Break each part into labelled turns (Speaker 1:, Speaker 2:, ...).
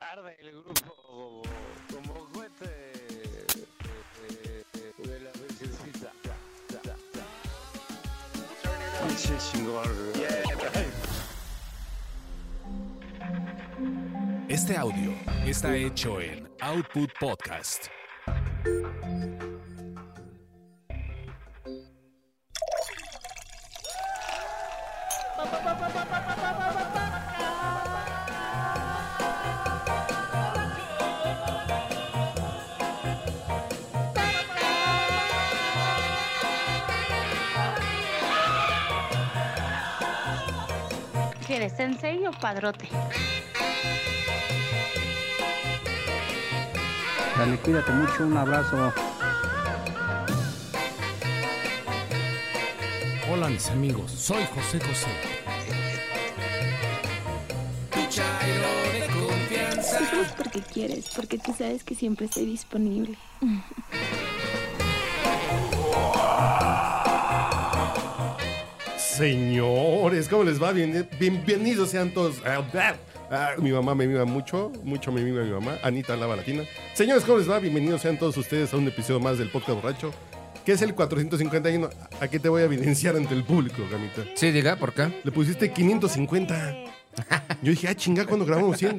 Speaker 1: arde el grupo como, como cohete de, de- de la virgencita. Pinche chingón.
Speaker 2: Este audio está hecho en Output Podcast.
Speaker 3: ¿Qué eres, sensei o padrote?
Speaker 4: Dale, cuídate mucho, un abrazo.
Speaker 2: Hola mis amigos, soy José José.
Speaker 5: Sufres porque quieres, porque tú sabes que siempre estoy disponible.
Speaker 6: Señores, ¿cómo les va? Bien- bienvenidos sean todos. Ah, ah, ah, mi mamá me mima mucho, mucho me mima mi mamá, Anita Lava Latina. Señores, ¿cómo les va? Bienvenidos sean todos ustedes a un episodio más del Podcast Borracho, que es el 451. ¿A qué te voy a evidenciar ante el público, Gamita?
Speaker 7: Sí, diga, ¿por qué?
Speaker 6: Le pusiste 550. Yo dije, ah, chinga, cuando grabamos 100,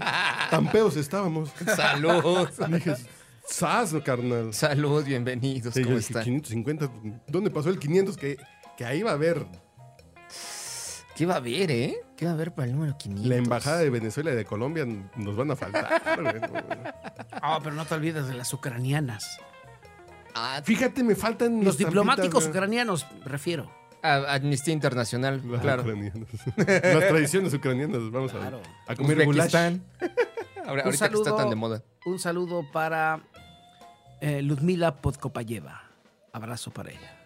Speaker 6: tan pedos estábamos.
Speaker 7: Salud.
Speaker 6: Dije, sas, carnal.
Speaker 7: Salud, bienvenidos.
Speaker 6: Sí, yo
Speaker 7: ¿Cómo
Speaker 6: dije,
Speaker 7: están?
Speaker 6: 550, ¿dónde pasó el 500? Que, que ahí va a haber
Speaker 7: ¿Qué va a haber, eh? ¿Qué va a haber para el número 500?
Speaker 6: La embajada de Venezuela y de Colombia nos van a faltar. güey.
Speaker 8: Ah, pero no te olvides de las ucranianas.
Speaker 7: Ah,
Speaker 6: Fíjate, me faltan
Speaker 8: Los diplomáticos
Speaker 6: ucranianos.
Speaker 8: ucranianos, me refiero.
Speaker 7: a- Amnistía Internacional,
Speaker 6: Las,
Speaker 7: claro.
Speaker 6: ucranianas. Las tradiciones ucranianas, vamos a-
Speaker 8: Claro.
Speaker 6: a, comer goulash.
Speaker 7: Uzbekistán. Ahora,
Speaker 8: Un
Speaker 7: ahorita que
Speaker 8: saludo.
Speaker 7: está tan de moda.
Speaker 8: Un saludo para eh, Ludmila Podkopayeva. Abrazo para ella.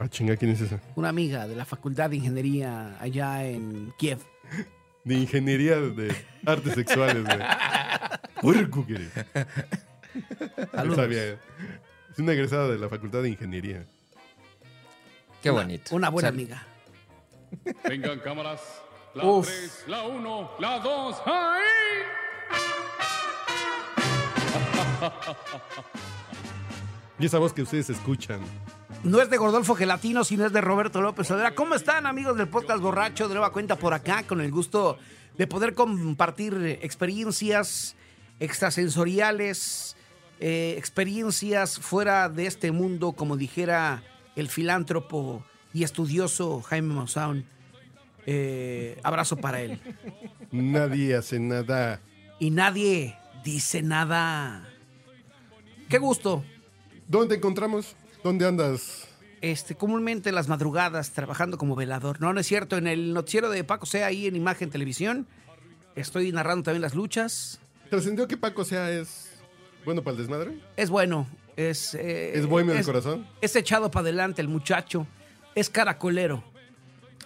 Speaker 6: Ah, chinga, ¿quién es esa?
Speaker 8: Una amiga de la Facultad de Ingeniería allá en Kiev.
Speaker 6: De ingeniería de artes sexuales, güey. Puerco, que eres. No
Speaker 8: Saludos.
Speaker 6: sabía. eh. Es una egresada de la Facultad de Ingeniería.
Speaker 7: Qué
Speaker 8: Una-
Speaker 7: bonito.
Speaker 8: Una buena
Speaker 7: Sal-
Speaker 8: amiga.
Speaker 9: Vengan cámaras. La
Speaker 8: Uf.
Speaker 9: 3, la 1, la 2. ¡Ahí!
Speaker 6: Y esa voz que ustedes escuchan.
Speaker 8: No es de Gordolfo Gelatino, sino es de Roberto López Olera. ¿Cómo están, amigos del podcast Borracho? De nueva cuenta por acá, con el gusto de poder compartir experiencias extrasensoriales, eh, experiencias fuera de este mundo, como dijera el filántropo y estudioso Jaime Maussan. Eh, abrazo para él.
Speaker 6: Nadie hace nada.
Speaker 8: Y nadie dice nada. Qué gusto.
Speaker 6: ¿Dónde te encontramos? ¿Dónde andas?
Speaker 8: este, comúnmente en las madrugadas trabajando como velador. No, no es cierto. En el noticiero de Paco Sea, ahí en Imagen Televisión, estoy narrando también las luchas.
Speaker 6: ¿Trascendió que Paco sea es bueno para el desmadre?
Speaker 8: Es bueno. Es, eh,
Speaker 6: ¿Es bohemio de corazón?
Speaker 8: Es echado para adelante el muchacho. Es caracolero.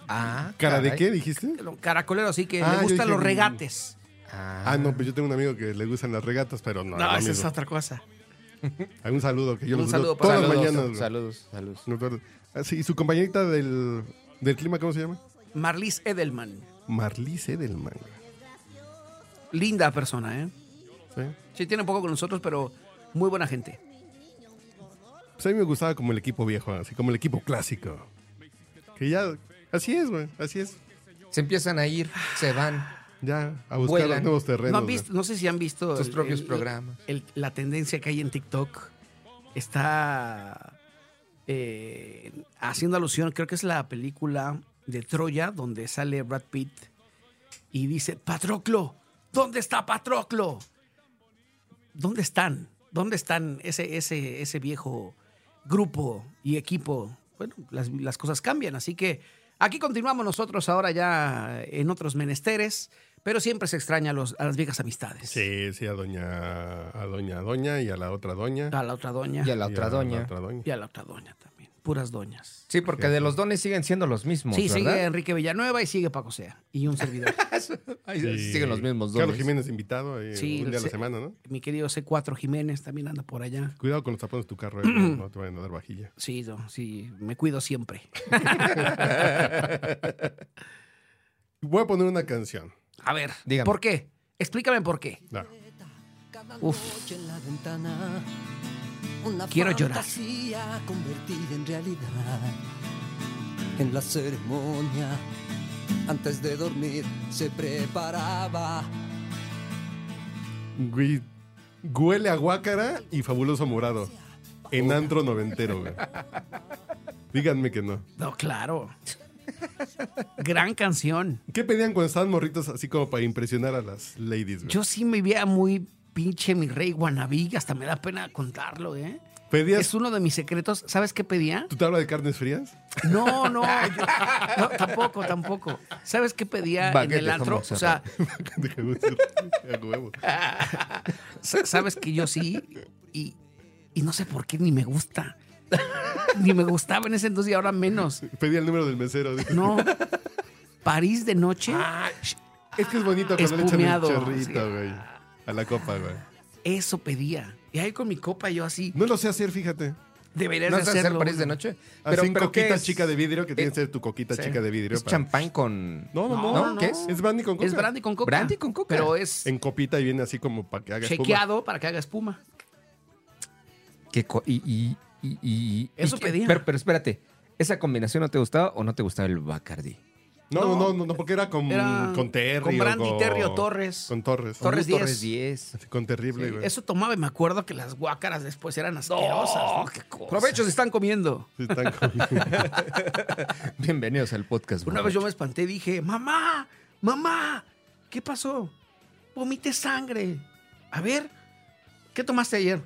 Speaker 7: Ah,
Speaker 6: ¿Cara de
Speaker 7: caray.
Speaker 6: qué dijiste?
Speaker 8: Caracolero, así que
Speaker 6: Ah, yo
Speaker 8: le gustan
Speaker 6: dije,
Speaker 8: los
Speaker 6: mm.
Speaker 8: regates.
Speaker 7: Ah,
Speaker 6: Ah, no, pues yo tengo un amigo que le gustan las regatas, pero no.
Speaker 8: No,
Speaker 6: no
Speaker 8: esa es
Speaker 6: amigo.
Speaker 8: otra cosa.
Speaker 6: Hay un saludo que yo
Speaker 8: Un
Speaker 6: los saludo
Speaker 8: saludo para-
Speaker 6: todas
Speaker 7: Saludos,
Speaker 6: las mañanas. güey.
Speaker 7: saludos, saludos.
Speaker 6: Nos vemos. Ah, sí, ¿y su compañerita del, del clima, ¿cómo se llama?
Speaker 8: Marlis Edelman.
Speaker 6: Marlies Edelman. güey.
Speaker 8: Linda persona, ¿eh?
Speaker 6: Sí.
Speaker 8: Sí, tiene poco con nosotros, pero muy buena gente.
Speaker 6: Pues a mí me gustaba como el equipo viejo, así como el equipo clásico. Que ya, así es, güey, así es.
Speaker 7: Se empiezan a ir, se van.
Speaker 6: Ya, a buscar
Speaker 7: Vuelan.
Speaker 6: nuevos terrenos.
Speaker 8: ¿No, han
Speaker 6: güey.
Speaker 8: visto, no sé si han visto
Speaker 7: Sus propios programas.
Speaker 8: el- la tendencia que hay en TikTok está eh, haciendo alusión, creo que es la película de Troya, donde sale Brad Pitt y dice, Patroclo, ¿dónde está Patroclo? ¿Dónde están? ¿Dónde están ese, ese, ese viejo grupo y equipo? Bueno, las, las cosas cambian, así que aquí continuamos nosotros ahora ya en otros menesteres, pero siempre se extraña a, los- a las viejas amistades.
Speaker 6: Sí, sí, a doña, a doña Doña y a la otra doña.
Speaker 8: A la otra doña.
Speaker 7: Y a la otra
Speaker 6: Y a
Speaker 7: doña.
Speaker 6: otra doña.
Speaker 8: Y a la otra doña también. Puras doñas.
Speaker 7: Sí, porque de los dones siguen siendo los mismos,
Speaker 8: Sí, sigue
Speaker 7: ¿verdad?
Speaker 8: Enrique Villanueva y sigue Paco Sea. Y un servidor.
Speaker 7: Ay,
Speaker 6: Y
Speaker 7: siguen los mismos dones.
Speaker 6: Carlos Jiménez invitado eh,
Speaker 8: Sí,
Speaker 6: un día a la
Speaker 8: se-
Speaker 6: semana, ¿no?
Speaker 8: Mi querido C4 Jiménez también anda por allá.
Speaker 6: Cuidado con los tapones de tu carro, eh, no te vayan a dar vajilla.
Speaker 8: Sí, no, sí, me cuido siempre.
Speaker 6: Voy a poner una canción.
Speaker 8: A ver,
Speaker 7: Dígame.
Speaker 8: ¿por qué? Explícame por qué.
Speaker 6: No.
Speaker 8: Uf. Quiero llorar.
Speaker 10: convertida en realidad. En la ceremonia, antes de dormir, se preparaba.
Speaker 6: Güey, huele a guácara y fabuloso morado. En antro noventero, güey. Díganme que no.
Speaker 8: No, claro. Gran canción.
Speaker 6: ¿Qué pedían cuando estaban morritos así como para impresionar a las ladies, güey?
Speaker 8: Yo sí me veía muy pinche mi rey guanabí, hasta me da pena contarlo, ¿eh?
Speaker 6: ¿Pedías
Speaker 8: Es uno de mis secretos. ¿Sabes qué pedía?
Speaker 6: tu tabla de carnes frías?
Speaker 8: No, no, yo- no, tampoco, tampoco. ¿Sabes qué pedía en el
Speaker 7: Baguettes
Speaker 8: antro? O
Speaker 7: con
Speaker 8: sea,
Speaker 6: Déjame hacer- a huevo.
Speaker 8: sa- sabes que yo sí, y, y no sé por qué ni me gusta. Ni me gustaba en ese entonces y ahora menos.
Speaker 6: Pedía el número del mesero. dijo.
Speaker 8: No. París de noche
Speaker 6: Es que es bonito cuando le echan el
Speaker 8: Espumeado,
Speaker 6: chorrito,
Speaker 8: sí.
Speaker 6: güey. A la copa, güey.
Speaker 8: Eso pedía. Y ahí con mi copa yo así,
Speaker 6: No lo sé hacer, fíjate.
Speaker 8: debería
Speaker 7: ¿No
Speaker 8: de
Speaker 7: vas a hacer
Speaker 8: hacerlo.
Speaker 7: París de noche?
Speaker 6: Así en
Speaker 7: ¿qué
Speaker 6: coquita
Speaker 7: es?
Speaker 6: chica de vidrio, que tiene
Speaker 7: Eh,
Speaker 6: que ser tu coquita
Speaker 7: sí.
Speaker 6: chica de vidrio.
Speaker 7: Es
Speaker 6: para-
Speaker 7: champán con...
Speaker 6: No, no, no.
Speaker 8: No,
Speaker 7: ¿Qué
Speaker 8: no.
Speaker 7: es?
Speaker 6: Es brandy con coca.
Speaker 8: Es brandy con coca.
Speaker 7: Brandy con coca.
Speaker 8: Pero es
Speaker 6: En copita y viene así como para que haga espuma.
Speaker 8: chequeado para que haga espuma.
Speaker 7: Que co- y, y- y- y-
Speaker 8: Eso
Speaker 7: y-
Speaker 8: pedía.
Speaker 7: Pero, pero espérate, ¿esa combinación no te gustaba o no te gustaba el Bacardi?
Speaker 6: No, no,
Speaker 8: No.
Speaker 6: no, no, porque era con,
Speaker 8: Era
Speaker 6: con Terry.
Speaker 8: con
Speaker 6: o
Speaker 8: brandy,
Speaker 6: con-
Speaker 8: Terry o Torres.
Speaker 6: Con Torres.
Speaker 8: Torres
Speaker 7: Torres
Speaker 8: 10.
Speaker 7: 10.
Speaker 6: Así Con terrible, güey.
Speaker 8: Eso tomaba y me acuerdo que las guácaras después eran asquerosas. ¿no?
Speaker 7: Provecho.
Speaker 8: Provecho se están comiendo.
Speaker 6: Sí, están comiendo.
Speaker 7: Bienvenidos al podcast.
Speaker 8: Una vez yo me espanté y dije, mamá, mamá, ¿qué pasó? Vomité sangre. A ver, ¿qué tomaste ayer?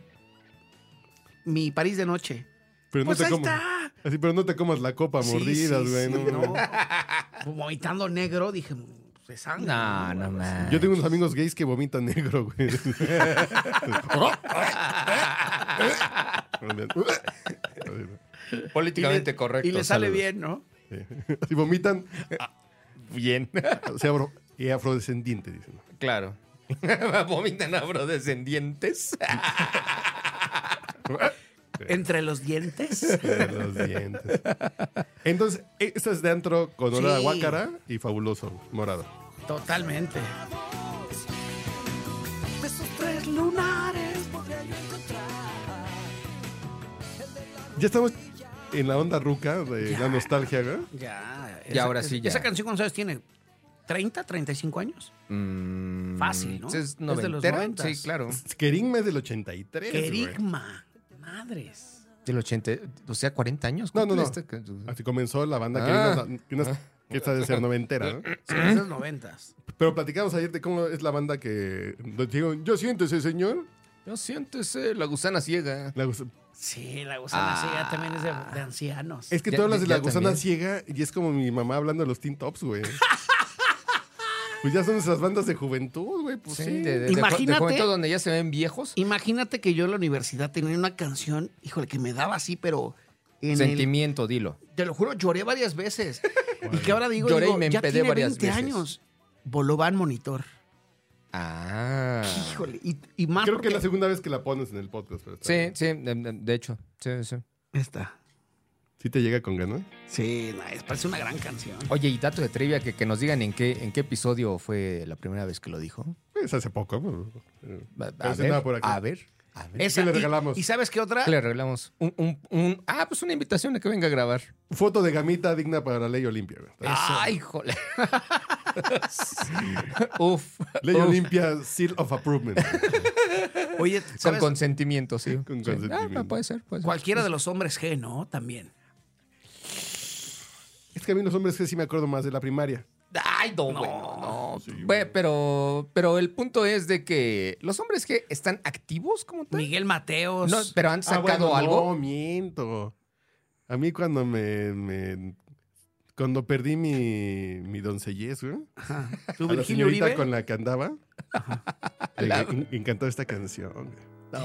Speaker 8: Mi París de noche.
Speaker 6: Pero no
Speaker 8: pues
Speaker 6: te
Speaker 8: ahí
Speaker 6: comas.
Speaker 8: está.
Speaker 6: Así, pero no te comas la copa a
Speaker 8: Sí,
Speaker 6: mordidas,
Speaker 8: sí,
Speaker 6: güey.
Speaker 8: sí,
Speaker 6: no,
Speaker 8: no. Vomitando negro, dije, "Mm, de sangre.
Speaker 7: No, no man.
Speaker 6: Yo tengo unos amigos gays que vomitan negro, güey.
Speaker 7: políticamente correcto.
Speaker 8: Y le sale
Speaker 7: saludos.
Speaker 8: bien, ¿no?
Speaker 6: Si vomitan, eh,
Speaker 7: Ah, Bien.
Speaker 6: o sea, afro- y afrodescendiente, dicen.
Speaker 7: claro. Vomitan afrodescendientes.
Speaker 8: Entre los dientes.
Speaker 6: De los dientes. Entonces, e, esta es de antro con olor a
Speaker 8: Sí.
Speaker 6: guácara y fabuloso, morado.
Speaker 8: Totalmente. tres lunares.
Speaker 6: Ya estamos en la onda ruca de la nostalgia, güey.
Speaker 8: Ya.
Speaker 7: Ya, ahora sí, ya.
Speaker 8: ¿Esa canción cuántos años tiene? ¿30, 35 años?
Speaker 7: Mm,
Speaker 8: Fácil, ¿no?
Speaker 7: Es,
Speaker 8: Es de los
Speaker 7: noventera,
Speaker 8: noventas.
Speaker 7: Sí, claro.
Speaker 6: Kerigma es del 83. güey.
Speaker 8: Querigma. Madres.
Speaker 7: Del 80, o sea, 40 años.
Speaker 6: No, no, no.
Speaker 7: ¿Cumple este?
Speaker 6: Así comenzó la banda
Speaker 7: Ah.
Speaker 6: Kerigma, que, no es- que esta debe ser noventera, ¿no?
Speaker 7: ¿Eh?
Speaker 8: Sí, esos noventas.
Speaker 6: Pero platicamos ayer de cómo es la banda que. Digo, yo siento ese señor.
Speaker 7: No siéntese, la gusana ciega.
Speaker 6: La gus-
Speaker 8: Sí, la gusana
Speaker 7: Ah.
Speaker 8: ciega también es de, de ancianos.
Speaker 6: Es que
Speaker 7: Ya-
Speaker 6: tú hablas de
Speaker 7: ya
Speaker 6: la gusana
Speaker 7: también.
Speaker 6: ciega y es como mi mamá hablando de los Teen Tops, güey. pues ya son esas bandas de juventud, güey. Pues sí.
Speaker 7: de, de,
Speaker 8: Imagínate.
Speaker 7: De juventud donde ya se ven viejos.
Speaker 8: Imagínate que yo en la universidad tenía una canción, híjole, que me daba así, pero en el-
Speaker 7: Sentimiento, dilo.
Speaker 8: te lo juro, lloré varias veces. y que ahora digo,
Speaker 7: Lloré y
Speaker 8: digo,
Speaker 7: me
Speaker 8: ya
Speaker 7: empedé
Speaker 8: tiene
Speaker 7: varias
Speaker 8: 20
Speaker 7: veces.
Speaker 8: años. Voló van monitor.
Speaker 7: Ah.
Speaker 8: Híjole, y, y más
Speaker 6: Creo que
Speaker 8: Ah, porque-
Speaker 6: es la segunda vez que la pones en el podcast. Pero está
Speaker 7: Sí,
Speaker 6: bien.
Speaker 7: sí, de, de- de hecho. Sí, sí.
Speaker 8: Esta.
Speaker 6: ¿Sí te llega con ganas?
Speaker 8: Sí, no, es- parece una gran canción.
Speaker 7: Oye, y dato de trivia que, que nos digan en qué, en qué episodio fue la primera vez que lo dijo.
Speaker 6: Pues hace poco. Eh, pero-
Speaker 7: A, a
Speaker 6: Pero sí
Speaker 7: ver,
Speaker 6: estaba por aquí.
Speaker 7: a ver, a ver.
Speaker 8: Esa,
Speaker 6: le
Speaker 8: y-
Speaker 6: regalamos?
Speaker 8: Y, sabes qué otra?
Speaker 7: ¿Qué le arreglamos? Un, un- un- ah, pues una invitación a que venga a grabar.
Speaker 6: Foto de gamita digna para la ley Olimpia. güey.
Speaker 7: ¡Ay, híjole! uf.
Speaker 6: Ley
Speaker 7: uf.
Speaker 6: Olimpia Seal of Approvement.
Speaker 8: Oye,
Speaker 7: Con
Speaker 8: ¿sabes?
Speaker 7: consentimiento, sí.
Speaker 6: Con
Speaker 7: Sí. Ah,
Speaker 6: consentimiento.
Speaker 7: puede ser, puede ser.
Speaker 8: cualquiera de los hombres G, ¿no? También.
Speaker 6: es que a mí los hombres que sí me acuerdo más de la primaria.
Speaker 7: Ay, no, güey, no, no. Güey, pero, pero el punto es de que los hombres que están activos como tal.
Speaker 8: Miguel Mateos.
Speaker 7: No, pero han
Speaker 6: Ah,
Speaker 7: sacado
Speaker 6: bueno,
Speaker 7: algo.
Speaker 6: No, miento. A mí cuando me... me- cuando perdí mi, mi doncellez, güey.
Speaker 8: Ajá.
Speaker 6: A
Speaker 8: ¿Tu
Speaker 6: la
Speaker 8: Virgilio
Speaker 6: señorita
Speaker 8: Uribe?
Speaker 6: con la que andaba. Le en- encantó esta canción. güey.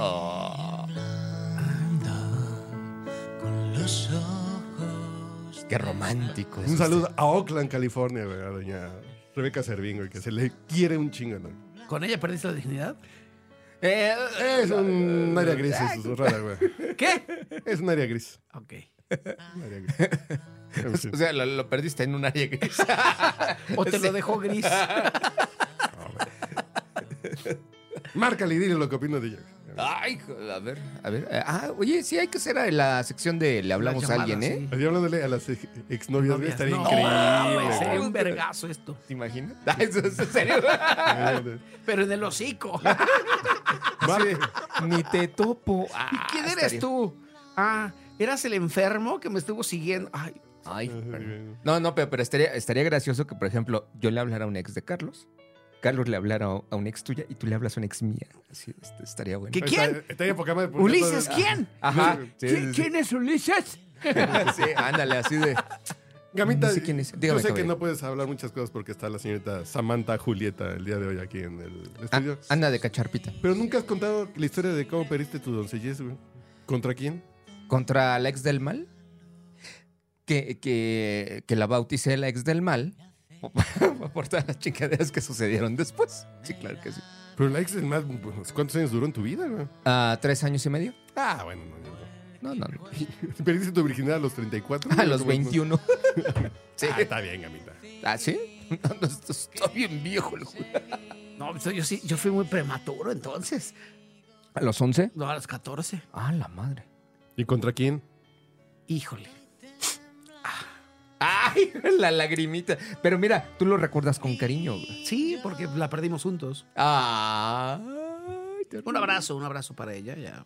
Speaker 7: Qué romántico. es este.
Speaker 6: Un
Speaker 7: usted.
Speaker 6: saludo a Oakland, California, güey, a doña Rebeca Servín, güey, que se le quiere un chingo. ¿no?
Speaker 8: ¿Con ella perdiste la dignidad?
Speaker 7: Eh,
Speaker 6: Es un área gris, es rara, güey.
Speaker 8: ¿Qué?
Speaker 6: Es un área gris.
Speaker 8: Ok.
Speaker 6: un área gris.
Speaker 7: O sea, lo, lo perdiste en un área gris.
Speaker 8: O te lo dejó gris.
Speaker 6: Márcale y dile lo que opino de ella.
Speaker 7: Ay, a ver, a ver. Ah, oye, sí hay que hacer la sección de le hablamos
Speaker 8: llamada,
Speaker 7: a alguien, ¿eh?
Speaker 8: sí.
Speaker 6: Así hablándole a las ex- exnovias, güey, estaría
Speaker 8: No, güey,
Speaker 6: increíble.
Speaker 8: sería un vergazo esto.
Speaker 7: ¿Te imaginas? Ah, ¿Eso es en serio?
Speaker 6: güey.
Speaker 8: Pero en el hocico.
Speaker 7: Sí, Ni te topo. Ah,
Speaker 8: ¿Quién eres
Speaker 7: estaría-
Speaker 8: tú? Ah, eras el enfermo que me estuvo siguiendo. Ay,
Speaker 7: Ay, perdón. no, no, pero, pero estaría, estaría gracioso que, por ejemplo, yo le hablara a un ex de Carlos, Carlos le hablara a, a un ex tuya y tú le hablas a un ex mía. Así est- estaría bueno.
Speaker 8: ¿Qué-
Speaker 6: Está-
Speaker 8: quién?
Speaker 6: Estaría poca madre porque
Speaker 8: Ulises,
Speaker 6: todo-
Speaker 8: ¿quién?
Speaker 7: Ajá. sí,
Speaker 8: ¿Qui-
Speaker 7: sí, sí.
Speaker 8: ¿Quién es Ulises?
Speaker 7: Sí, ándale, así de.
Speaker 6: Gamita,
Speaker 7: No sé quién es.
Speaker 6: yo
Speaker 7: Dígame,
Speaker 6: sé que
Speaker 7: caballero.
Speaker 6: no puedes hablar muchas cosas porque está la señorita Samantha Julieta el día de hoy aquí en el
Speaker 7: Ah,
Speaker 6: estudio.
Speaker 7: anda de cacharpita.
Speaker 6: Pero nunca has contado la historia de cómo perdiste tu doncellez, güey. ¿Contra quién?
Speaker 7: Contra la ex del mal. Que, que, que la bauticé la ex del mal. Por todas las chingaderas que sucedieron después. Sí, claro que sí.
Speaker 6: Pero la ex es más. pues, ¿Cuántos años duró en tu vida, güey?
Speaker 7: Ah, ¿Tres años y medio?
Speaker 6: Ah, bueno, no, no, no.
Speaker 7: No, no, no.
Speaker 6: ¿Perdiste tu virginidad a los 34?
Speaker 7: A
Speaker 6: güey?
Speaker 7: los
Speaker 6: ¿Cómo es, no?
Speaker 7: 21. Sí.
Speaker 6: Ah, está bien, Gamita.
Speaker 7: ¿Ah, sí? No, no, esto está bien viejo el juego.
Speaker 8: No, yo, yo sí, yo fui muy prematuro entonces.
Speaker 7: ¿A los 11?
Speaker 8: No, a los 14.
Speaker 7: Ah, la madre.
Speaker 6: ¿Y contra quién?
Speaker 8: Híjole.
Speaker 7: ¡Ay! La lagrimita. Pero mira, tú lo recuerdas con cariño. güey.
Speaker 8: Sí, porque la perdimos juntos.
Speaker 7: ¡Ah!
Speaker 8: Un abrazo, un abrazo para ella, ya.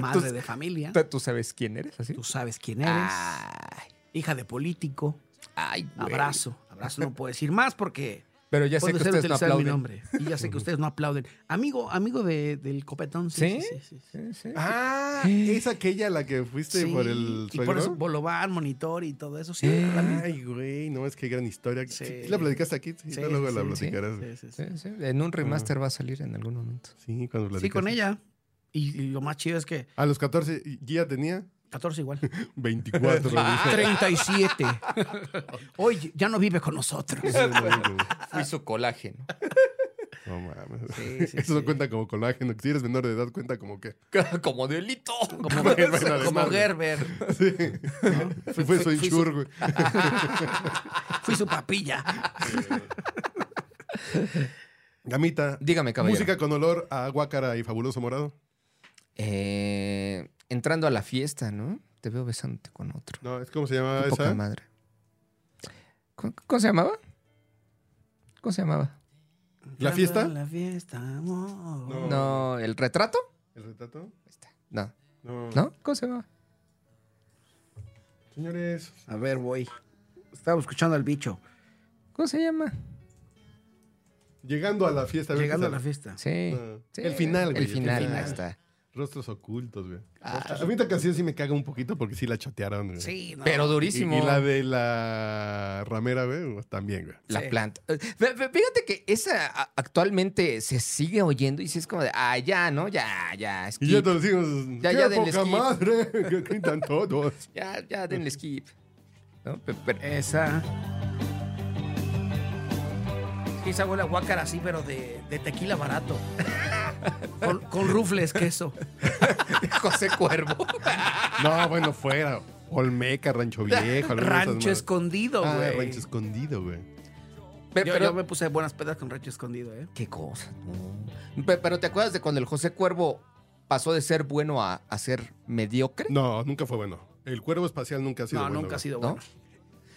Speaker 8: Madre de familia.
Speaker 7: ¿Tú, tú sabes quién eres así?
Speaker 8: Tú sabes quién eres.
Speaker 7: Ay,
Speaker 8: Hija de político.
Speaker 7: ay, güey.
Speaker 8: Abrazo. Abrazo no puedo decir más porque
Speaker 7: Pero ya sé que
Speaker 8: puede ser
Speaker 7: ustedes no
Speaker 8: utilizar mi
Speaker 7: aplauden.
Speaker 8: nombre. Y ya sé que ustedes no aplauden. Amigo, amigo de- del copetón. Sí.
Speaker 7: ¿Sí?
Speaker 8: sí, sí, sí.
Speaker 7: Sí, sí.
Speaker 6: Ah, es aquella la que fuiste
Speaker 8: Sí,
Speaker 6: Este, por el
Speaker 8: Y por
Speaker 6: suegro?
Speaker 8: eso Bolobán, monitor y todo eso. Sí,
Speaker 7: Eh,
Speaker 8: la misma.
Speaker 6: Ay, güey, no, es que gran historia.
Speaker 8: Sí.
Speaker 6: Sí, ¿La platicaste aquí? Sí,
Speaker 8: Sí,
Speaker 6: luego la
Speaker 8: sí,
Speaker 6: platicarás.
Speaker 8: Sí, sí, sí.
Speaker 7: Sí, sí. En un remaster va a salir en algún momento.
Speaker 6: Sí, cuando la
Speaker 8: Sí, con ella. Y, y lo más chido es que
Speaker 6: A los 14, ¿y Gia tenía
Speaker 8: 14 igual.
Speaker 6: 24. güey.
Speaker 8: Ah, 37. Hoy ya no vive con nosotros.
Speaker 7: Fui su colágeno.
Speaker 6: No mames.
Speaker 8: Sí, sí,
Speaker 6: Eso
Speaker 8: sí.
Speaker 6: no cuenta como colágeno. Si eres menor de edad, cuenta como que.
Speaker 7: Como delito.
Speaker 8: Como,
Speaker 6: Bueno,
Speaker 8: como
Speaker 6: desmadre.
Speaker 8: Gerber.
Speaker 6: Sí. Fue
Speaker 8: Fui- fui-
Speaker 6: su
Speaker 8: fui
Speaker 6: inchur, güey.
Speaker 8: Fui su papilla.
Speaker 6: Gamita.
Speaker 7: Dígame, caballero.
Speaker 6: Música con olor a guácara y fabuloso morado.
Speaker 7: Eh, entrando a la fiesta, ¿no? Te veo besándote con otro.
Speaker 6: No, es como se llama
Speaker 7: Qué poca
Speaker 6: esa.
Speaker 7: madre. ¿Cómo, cómo se llamaba? ¿Cómo se llamaba?
Speaker 6: ¿La fiesta?
Speaker 8: La fiesta, amor.
Speaker 6: No.
Speaker 7: No, ¿el retrato?
Speaker 6: ¿El retrato?
Speaker 7: No,
Speaker 6: No.
Speaker 7: ¿no? ¿Cómo se llamaba?
Speaker 6: Señores.
Speaker 8: A ver, voy. Estaba escuchando al bicho.
Speaker 7: ¿Cómo se llama?
Speaker 6: Llegando a la fiesta. ver
Speaker 8: Llegando a
Speaker 6: qué
Speaker 8: la
Speaker 6: sale.
Speaker 8: fiesta.
Speaker 7: Sí.
Speaker 6: No.
Speaker 7: sí,
Speaker 6: Ah, El final, güey,
Speaker 7: El final,
Speaker 6: el final.
Speaker 7: ahí está.
Speaker 6: Rostros ocultos, güey. A mí esta canción sí me caga un poquito porque sí la chotearon, güey.
Speaker 8: Ah. Sí, no.
Speaker 7: Pero
Speaker 6: Y,
Speaker 7: durísimo.
Speaker 6: y la
Speaker 7: la
Speaker 6: de la ramera, güey, pues, también, güey.
Speaker 8: Sí.
Speaker 7: planta. Eh, fí- fí- Fíjate que esa a- actualmente se sigue oyendo y si es como de, ah, ya, ¿no? Ya, ya.
Speaker 6: Y
Speaker 7: skip.
Speaker 6: ya todos decimos,
Speaker 7: Ya,
Speaker 6: ¡qué
Speaker 7: ya denle
Speaker 6: poca
Speaker 7: skip.
Speaker 6: madre! que gritan todos.
Speaker 7: Ya, ya, denle skip. ¿No? Pe- pero-
Speaker 8: Esa. Esa huele a guácara así, pero de, de tequila barato. con, con rufles, queso.
Speaker 7: José Cuervo.
Speaker 6: No, bueno, fuera. Olmeca, Rancho Viejo. alguna de esas
Speaker 8: Rancho
Speaker 6: madres.
Speaker 8: escondido,
Speaker 6: Ah,
Speaker 8: güey.
Speaker 6: Rancho Escondido, güey.
Speaker 7: Pe-
Speaker 8: Yo,
Speaker 7: pero-
Speaker 8: yo me puse buenas pedas con rancho escondido, ¿eh?
Speaker 7: Qué cosa. no. Pe- Pero ¿te acuerdas de cuando el José Cuervo pasó de ser bueno a, a ser mediocre?
Speaker 6: No, nunca fue bueno. El cuervo espacial nunca ha sido
Speaker 8: no,
Speaker 6: bueno.
Speaker 8: nunca ha
Speaker 6: güey.
Speaker 8: sido
Speaker 7: ¿No?
Speaker 8: bueno.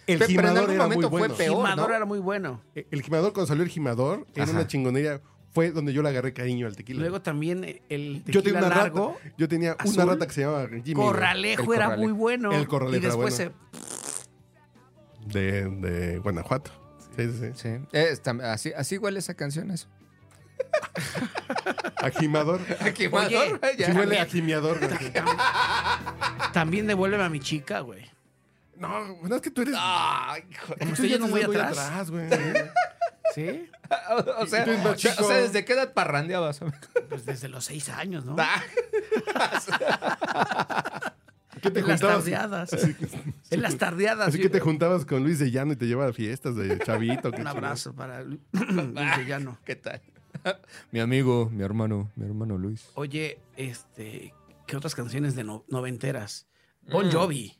Speaker 6: El
Speaker 7: Pe- pero en
Speaker 6: gimador
Speaker 7: algún
Speaker 6: era
Speaker 7: momento
Speaker 6: muy
Speaker 7: fue
Speaker 6: bueno.
Speaker 7: peor.
Speaker 8: Gimador
Speaker 7: ¿no?
Speaker 8: era muy bueno.
Speaker 6: El- El gimador, cuando salió el gimador, era
Speaker 7: Ajá.
Speaker 6: una chingonería. Fue donde yo le agarré cariño al tequila.
Speaker 8: Luego también el tequila
Speaker 6: yo tenía una
Speaker 8: largo.
Speaker 6: rata. Yo tenía una
Speaker 8: azul.
Speaker 6: rata que se llamaba Jimmy. güey.
Speaker 8: Corralejo
Speaker 7: El
Speaker 8: era
Speaker 7: Corralejo.
Speaker 8: muy bueno.
Speaker 6: El Corralejo
Speaker 8: Y después
Speaker 6: era De, de Guanajuato. Sí, sí, sí.
Speaker 7: Sí. Es tam- así, así huele esa canción, eso.
Speaker 6: A gimador.
Speaker 7: ¿A quemador? Ya.
Speaker 6: Sí huele a gimiador. güey.
Speaker 8: se- también devuélveme a mi chica, güey.
Speaker 6: No, bueno, es que tú eres.
Speaker 7: Ay, hijo de-
Speaker 8: Como
Speaker 6: tú
Speaker 8: estoy
Speaker 6: ya
Speaker 8: yendo
Speaker 6: estás
Speaker 8: muy
Speaker 6: muy
Speaker 8: atrás.
Speaker 6: atrás, güey.
Speaker 8: Sí.
Speaker 7: O, o sea,
Speaker 6: tú eres más
Speaker 7: o sea,
Speaker 6: chico.
Speaker 7: o sea, ¿desde qué edad parrandeabas?
Speaker 8: Pues desde los seis años, ¿no?
Speaker 7: Ah,
Speaker 6: ¿Qué te
Speaker 8: en las
Speaker 6: juntabas?
Speaker 8: tardeadas. en las tardeadas.
Speaker 6: Así
Speaker 8: yo-
Speaker 6: que te juntabas con Luis de Llano y te llevaba a fiestas de chavito. qué
Speaker 8: Un
Speaker 6: chingón.
Speaker 8: abrazo para Lu-
Speaker 7: Ah,
Speaker 8: Luis Villano.
Speaker 7: ¿Qué tal? Mi amigo, mi hermano, mi hermano Luis.
Speaker 8: Oye, este, ¿qué otras canciones de no- noventeras?
Speaker 7: Mm.
Speaker 8: Bon Jovi.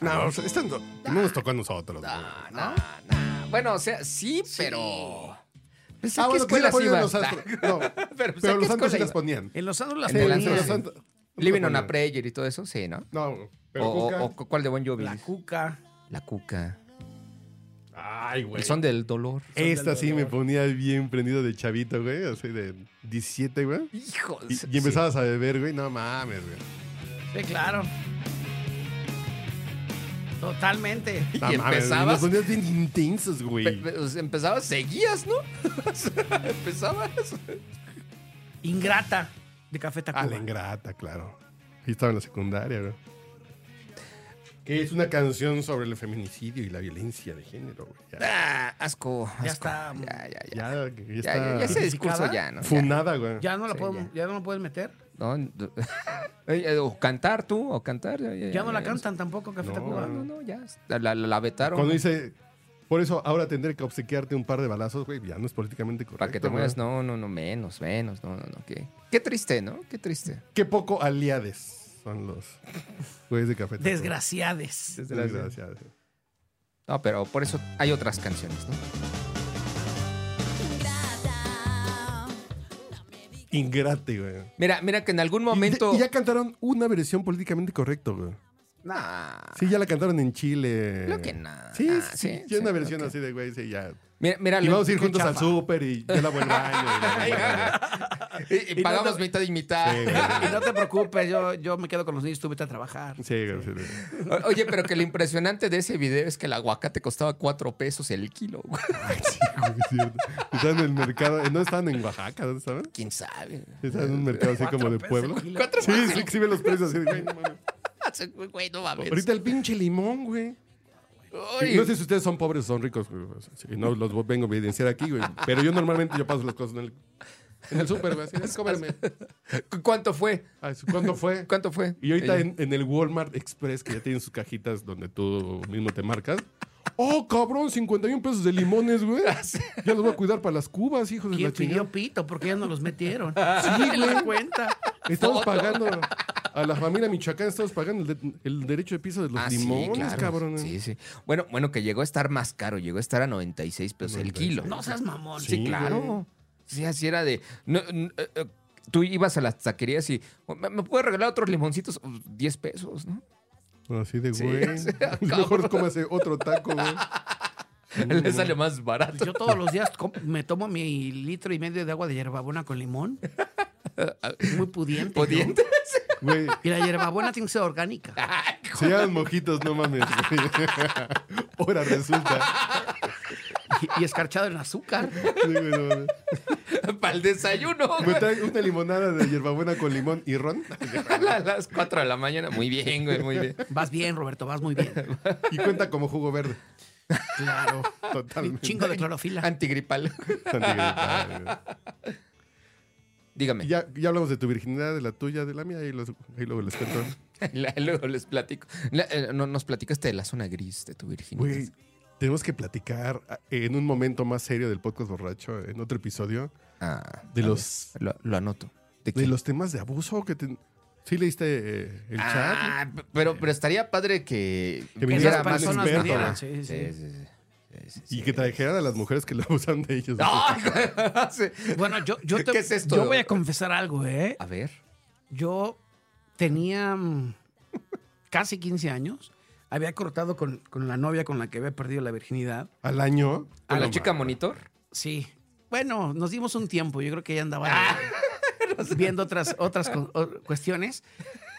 Speaker 6: No, o sea, esta no, no nos tocó a nosotros. güey.
Speaker 7: Ah, Bueno, o sea, sí, pero. Pues, ¿a
Speaker 6: Ah,
Speaker 7: qué
Speaker 6: bueno, que sí la
Speaker 7: escuelas
Speaker 6: ponían en
Speaker 7: ibas?
Speaker 6: los antros. No,
Speaker 7: Pero, pues, ¿a
Speaker 6: pero
Speaker 7: qué
Speaker 6: los antros sí
Speaker 7: escuela
Speaker 6: las
Speaker 7: iba?
Speaker 6: ponían.
Speaker 8: En los Santos las
Speaker 7: Sí,
Speaker 6: Sí,
Speaker 7: Polanco,
Speaker 6: los
Speaker 7: sí.
Speaker 6: antros-
Speaker 7: Living on a
Speaker 6: ponían.
Speaker 7: Prayer y todo eso, sí, ¿no?
Speaker 6: No, pero
Speaker 7: o,
Speaker 6: Cuca-
Speaker 7: o- o ¿cuál de Bon Jovi?
Speaker 8: La cuca.
Speaker 7: La cuca.
Speaker 6: Ay, güey.
Speaker 7: El son del dolor.
Speaker 6: Esta sí me ponía bien prendido de chavito, güey. Así de 17, güey.
Speaker 7: Hijos.
Speaker 6: Y, y empezabas a beber, güey. No mames, güey.
Speaker 8: Sí, claro. Totalmente.
Speaker 7: Sí.
Speaker 6: No
Speaker 7: Y
Speaker 6: mames,
Speaker 7: empezabas.
Speaker 6: Nos ponías bien intensos,
Speaker 7: pe-
Speaker 6: güey.
Speaker 7: pe- o sea, empezabas, seguías, ¿no? O sea, empezabas.
Speaker 8: Ingrata de Café
Speaker 6: A Ah, la
Speaker 8: Tacuba.
Speaker 6: ingrata, claro. Ahí estaba en la secundaria, güey. Que
Speaker 7: Ah.
Speaker 6: es una canción sobre el feminicidio y la violencia de género, güey. Ya,
Speaker 7: Ah, asco, asco.
Speaker 8: Ya está.
Speaker 7: Ya, ya,
Speaker 6: ya,
Speaker 7: ya.
Speaker 6: ya
Speaker 7: Ya,
Speaker 6: está
Speaker 7: ya, ya ese discurso
Speaker 8: ¿Tipificada?
Speaker 7: ya, ¿no? Ya.
Speaker 6: funada, güey.
Speaker 8: Ya no la
Speaker 7: Sí,
Speaker 8: puedo-
Speaker 7: ya.
Speaker 8: ya no la puedes meter.
Speaker 7: No, no. Eh, eh, o cantar tú, o cantar. Ya,
Speaker 8: Ya no la
Speaker 7: no sé.
Speaker 8: cantan tampoco Café
Speaker 6: No.
Speaker 8: Tacuba.
Speaker 7: No, no, ya. La, la- la vetaron.
Speaker 6: Cuando dice, por eso ahora tendré que obsequiarte un par de balazos, güey, ya no es políticamente correcto.
Speaker 7: Para que te
Speaker 6: güey.
Speaker 7: mueras, no, no, no, menos, menos, no, no, no. Qué, qué triste, ¿no? Qué triste.
Speaker 6: Qué poco aliades son los güeyes de café. Tacuba.
Speaker 8: Desgraciades.
Speaker 6: Desgraciados.
Speaker 7: No, pero por eso hay otras canciones, ¿no?
Speaker 6: Ingrate, güey.
Speaker 7: Mira, mira que en algún momento.
Speaker 6: Y, y ya cantaron una versión políticamente correcta, güey.
Speaker 7: Nah,
Speaker 6: Sí, ya la cantaron en Chile.
Speaker 7: Creo que nada.
Speaker 6: Sí,
Speaker 7: Ah,
Speaker 6: sí,
Speaker 7: sí,
Speaker 6: sí,
Speaker 7: sí,
Speaker 6: una versión
Speaker 7: ok.
Speaker 6: así de güey, sí, ya.
Speaker 7: Mira, mira,
Speaker 6: Y
Speaker 7: lo-
Speaker 6: vamos a ir
Speaker 7: qué
Speaker 6: juntos al
Speaker 7: chafa.
Speaker 6: súper y yo la voy al baño. y la voy al baño.
Speaker 7: Y, y pagamos mitad y mitad.
Speaker 6: Sí, güey.
Speaker 8: Y no te preocupes, yo, yo me quedo con los niños, tú vete a trabajar.
Speaker 6: Sí, güey, sí, güey.
Speaker 7: O- Oye, pero que lo impresionante de ese video es que el aguacate costaba cuatro pesos el kilo. güey.
Speaker 6: Sí, es cierto. Estaban en el mercado. eh, No estaban en Oaxaca, ¿dónde estaban?
Speaker 7: ¿Quién sabe?
Speaker 6: Estaban en un mercado así como de pueblo.
Speaker 7: Cuatro
Speaker 6: Sí,
Speaker 7: pesos. Este.
Speaker 6: sí, sí, ven los precios así de güey. no mames.
Speaker 7: Güey, no mames.
Speaker 6: Ahorita el pinche limón, güey.
Speaker 7: Ay,
Speaker 6: No sé si ustedes son pobres o son ricos. güey. Sí, no los vengo a evidenciar aquí, güey. Pero yo normalmente yo paso las cosas en el, en el súper, güey. Así, "Ven, cóbrame".
Speaker 7: ¿cu- ¿Cuánto fue?
Speaker 6: Ay, ¿Cuándo fue?
Speaker 7: ¿Cuánto fue?
Speaker 6: Y ahorita
Speaker 7: Ella.
Speaker 6: en, en el Walmart Express, que ya tienen sus cajitas donde tú mismo te marcas. ¡Oh, cabrón! 51 pesos de limones, güey.
Speaker 7: Ah,
Speaker 6: Ya los voy a cuidar para las cubas, hijos de
Speaker 8: ¿Quién
Speaker 6: la
Speaker 8: pidió
Speaker 6: chingada.
Speaker 8: pito? Porque ya no los metieron. Sí, me cuenta.
Speaker 6: Estamos pagando a la familia Michoacán, estamos pagando el, de- el derecho de piso de los
Speaker 7: Ah, sí,
Speaker 6: limones,
Speaker 7: claro.
Speaker 6: cabrón. eh.
Speaker 7: Sí, sí. Bueno, bueno, que llegó a estar más caro, llegó a estar a 96 pesos el
Speaker 6: 96.
Speaker 7: kilo.
Speaker 8: No seas mamón.
Speaker 7: Sí,
Speaker 6: Sí, güey.
Speaker 7: claro. Sí, así era de. no, n- eh, eh, tú ibas a las taquerías y. "Oh, ¿Me, me puedes regalar otros limoncitos? Uh, 10 pesos, ¿no?
Speaker 6: Así de
Speaker 7: Sí,
Speaker 6: güey.
Speaker 7: o sea,
Speaker 6: Mejor cómase otro taco, güey. Mm.
Speaker 7: Le sale más barato.
Speaker 8: Yo todos los días com- me tomo mi litro y medio de agua de hierbabuena con limón. Muy pudiente. yo.
Speaker 7: ¿Podientes?
Speaker 6: Güey,
Speaker 8: Y la hierbabuena tiene que ser orgánica.
Speaker 6: se llaman mojitos, no mames. güey. Ahora resulta.
Speaker 8: Y, y escarchado en azúcar.
Speaker 6: Sí, güey, no mames.
Speaker 7: Para el desayuno.
Speaker 6: ¿Me trae una limonada de hierbabuena con limón y ron?
Speaker 7: A las 4 de la mañana. Muy bien, güey, muy bien.
Speaker 8: Vas bien, Roberto, vas muy bien.
Speaker 6: Y cuenta como jugo verde. Oh,
Speaker 8: Claro. Un
Speaker 6: Totalmente.
Speaker 8: chingo de clorofila.
Speaker 7: Antigripal.
Speaker 6: Antigripal, güey.
Speaker 7: Dígame.
Speaker 6: Y ya, ya hablamos de tu virginidad, de la tuya, de la mía, y los- ahí luego les cuento.
Speaker 7: La- luego les platico. La- eh, no, nos platicaste de la zona gris de tu virginidad.
Speaker 6: Güey, tenemos que platicar ah, en un momento más serio del podcast borracho, en otro episodio,
Speaker 7: Ah,
Speaker 6: de
Speaker 7: a
Speaker 6: los,
Speaker 7: ver, Lo, lo anoto. ¿De
Speaker 6: de
Speaker 7: quién?
Speaker 6: los temas de abuso que te- sí leíste eh, el chat.
Speaker 7: Ah, p- pero, pero estaría padre que,
Speaker 6: Que
Speaker 8: Que
Speaker 6: viniera
Speaker 8: esas
Speaker 6: más
Speaker 8: personas
Speaker 6: experto,
Speaker 8: vinieran.
Speaker 6: güey.
Speaker 8: Sí, sí.
Speaker 7: Sí, sí, sí. Sí, sí,
Speaker 6: Y
Speaker 7: sí.
Speaker 6: que trajeran a las mujeres que lo abusan de ellos.
Speaker 7: ¡Ah! Sí.
Speaker 8: Bueno, yo, yo te-
Speaker 7: ¿Qué es esto?
Speaker 8: yo voy a confesar algo, ¿eh?
Speaker 7: A ver.
Speaker 8: Yo tenía mm, casi 15 años. Había cortado con, con la novia con la que había perdido la virginidad.
Speaker 6: Al año.
Speaker 7: ¿A la
Speaker 6: no
Speaker 7: chica
Speaker 6: mames.
Speaker 7: monitor?
Speaker 8: Sí. Bueno, nos dimos un tiempo. Yo creo que ella andaba
Speaker 7: Ah.
Speaker 8: viendo otras, otras cu- o- cuestiones.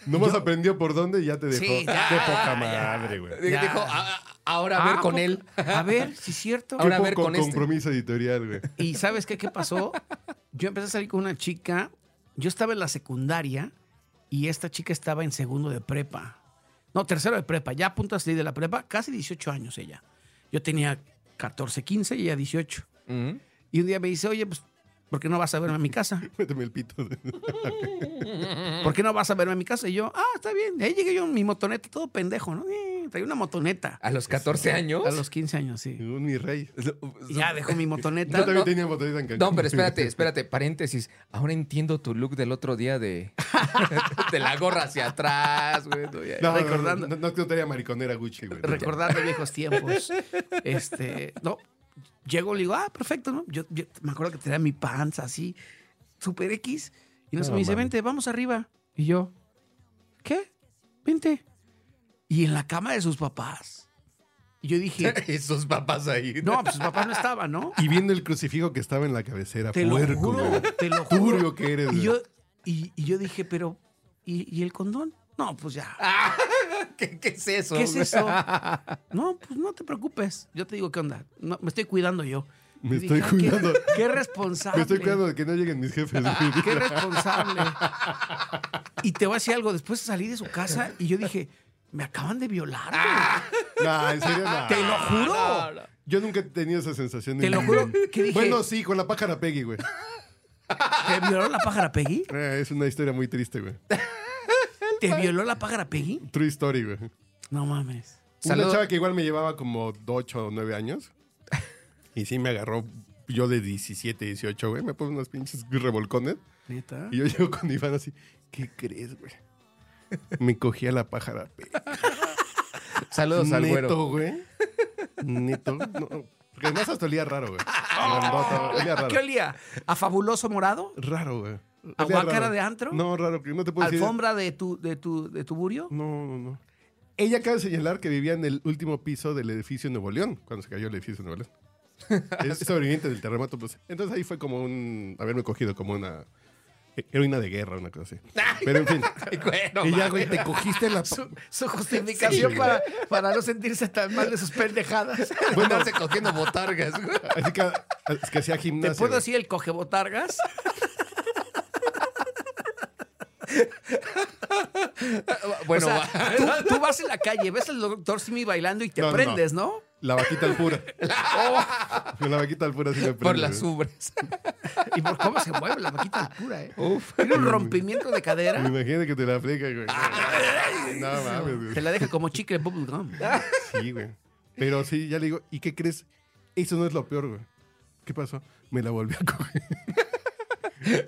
Speaker 6: Nomás aprendió por dónde y ya te dejó.
Speaker 8: Sí, ya,
Speaker 6: Qué poca
Speaker 8: ya.
Speaker 6: madre, güey.
Speaker 7: D-
Speaker 8: Ya.
Speaker 7: Dijo, "Ah, ah, ahora a ver
Speaker 8: Ah,
Speaker 7: con
Speaker 8: ¿a
Speaker 7: él.
Speaker 8: poco? A ver, sí es cierto.
Speaker 6: Qué
Speaker 7: Ahora a ver
Speaker 6: poco
Speaker 7: con este.
Speaker 6: compromiso editorial, güey.
Speaker 8: Y ¿sabes qué? ¿Qué pasó? Yo empecé a salir con una chica. Yo estaba en la secundaria y esta chica estaba en segundo de prepa. No, tercero de prepa. Ya a punto de salir de la prepa. Casi 18 años ella. Yo tenía 14, 15 y ella 18.
Speaker 7: Mm.
Speaker 8: Y un día me dice, oye, pues, ¿por qué no vas a verme a mi casa?
Speaker 6: Méteme el pito.
Speaker 8: ¿Por qué no vas a verme a mi casa? Y yo, ah, está bien. Y ahí llegué yo en mi motoneta, todo pendejo, ¿no? Eh, traía una motoneta.
Speaker 7: ¿A los 14 años?
Speaker 8: A los 15 años, sí.
Speaker 6: Un mi rey.
Speaker 8: Y ya dejó mi motoneta.
Speaker 6: Yo también
Speaker 7: no.
Speaker 6: tenía botellas en
Speaker 7: No,
Speaker 6: Cancún.
Speaker 7: pero espérate, espérate, paréntesis. Ahora entiendo tu look del otro día de, de la gorra hacia atrás, güey. no, ya.
Speaker 6: No, no,
Speaker 8: Recordando.
Speaker 6: No, no, no, no tenía mariconera Gucci, güey.
Speaker 8: recordando viejos tiempos. Este, no, llego, le digo, ah, perfecto, ¿no? Yo, yo me acuerdo que tenía mi panza así, super X. Y nos
Speaker 6: No
Speaker 8: me dice,
Speaker 6: mames.
Speaker 8: vente, vamos arriba. Y yo, ¿qué? Vente. Y en la cama de sus papás. Y yo dije,
Speaker 7: Esos papás ahí.
Speaker 8: no, pues sus papás no estaban, ¿no?
Speaker 6: Y viendo el crucifijo que estaba en la cabecera,
Speaker 8: Te lo
Speaker 6: puerco.
Speaker 8: juro,
Speaker 6: güey.
Speaker 8: te lo juro.
Speaker 6: Turbio que eres.
Speaker 8: Y
Speaker 6: güey.
Speaker 8: yo, y, y yo dije, pero, ¿y, y el condón? No, pues ya.
Speaker 7: ¿Qué, qué es eso?
Speaker 8: ¿Qué es
Speaker 7: güey?
Speaker 8: eso? No, pues no te preocupes. Yo te digo qué onda. No, me estoy cuidando yo.
Speaker 6: Me
Speaker 8: Y dije,
Speaker 6: estoy
Speaker 8: "Ah,
Speaker 6: cuidando.
Speaker 8: Qué, qué responsable.
Speaker 6: Me estoy cuidando de que no lleguen mis jefes. güey.
Speaker 8: Qué responsable. Y te voy a decir algo. Después salí de su casa y yo dije, me acaban de violar. güey".
Speaker 6: No, en serio, Ah, no.
Speaker 8: te lo juro.
Speaker 6: Yo nunca he tenido esa sensación.
Speaker 8: Te
Speaker 6: en
Speaker 8: lo
Speaker 6: mi
Speaker 8: juro
Speaker 6: vida.
Speaker 8: que dije-
Speaker 6: Bueno, sí, con la pájara Peggy, güey.
Speaker 8: ¿Te violó la pájara Peggy?
Speaker 6: Eh, es una historia muy triste, güey.
Speaker 8: ¿Te violó la pájara Peggy?
Speaker 6: True story, güey.
Speaker 8: No mames.
Speaker 6: Una
Speaker 7: Saludo-
Speaker 6: chava que igual me llevaba como 8 o 9 años. Y sí me agarró yo de 17, 18, güey. Me puse unos pinches revolcones.
Speaker 8: Neta.
Speaker 6: Y yo llego con Iván así, ¿qué crees, güey? Me cogía la pájara Peggy.
Speaker 7: Saludos al güero.
Speaker 6: Neto, güey. Neto. No, porque además hasta olía raro, güey. Grandota, olía
Speaker 8: ¿A
Speaker 6: raro.
Speaker 8: qué olía? ¿A fabuloso morado?
Speaker 6: Raro, güey.
Speaker 8: ¿A
Speaker 6: Olía
Speaker 8: guácara
Speaker 6: raro.
Speaker 8: de antro?
Speaker 6: No, raro, que no te puedo decir.
Speaker 8: ¿Alfombra de tu, de tu, de tu burio?
Speaker 6: No, no, no. Ella acaba de señalar que vivía en el último piso del edificio en Nuevo León, cuando se cayó el edificio en Nuevo León. es sobreviviente del terremoto. pues. Entonces ahí fue como un. haberme cogido como una. Heroína de guerra, una cosa así. Pero en fin.
Speaker 7: Ay, güey, no
Speaker 6: y ya,
Speaker 7: mames.
Speaker 6: güey, te cogiste la. pa-
Speaker 8: Su, su justificación
Speaker 6: Sí, güey.
Speaker 8: para, para no sentirse tan mal de sus pendejadas.
Speaker 7: Andarse cogiendo botargas, güey.
Speaker 6: Así que, es que hacía
Speaker 8: ¿Te
Speaker 6: gimnasia.
Speaker 8: puedo
Speaker 6: güey.
Speaker 8: decir el cogebotargas?
Speaker 7: Bueno,
Speaker 8: o sea,
Speaker 7: va.
Speaker 8: tú, tú vas en la calle, ves al doctor Simi bailando y te
Speaker 6: No, no,
Speaker 8: prendes, ¿no?
Speaker 6: La vaquita al pura. Con la vaquita al pura sí me
Speaker 7: por
Speaker 6: prende,
Speaker 7: las
Speaker 6: güey.
Speaker 7: ubres.
Speaker 8: Y por cómo se mueve la vaquita altura, ¿eh? Tiene un rompimiento de
Speaker 6: Me
Speaker 8: cadera.
Speaker 6: imagino que te la aplica, güey. no mames, güey.
Speaker 8: Te la deja como chicle bubblegum.
Speaker 6: Sí, güey. Pero sí, ya le digo, ¿y qué crees? Eso no es lo peor, güey. ¿Qué pasó? Me la volví a coger.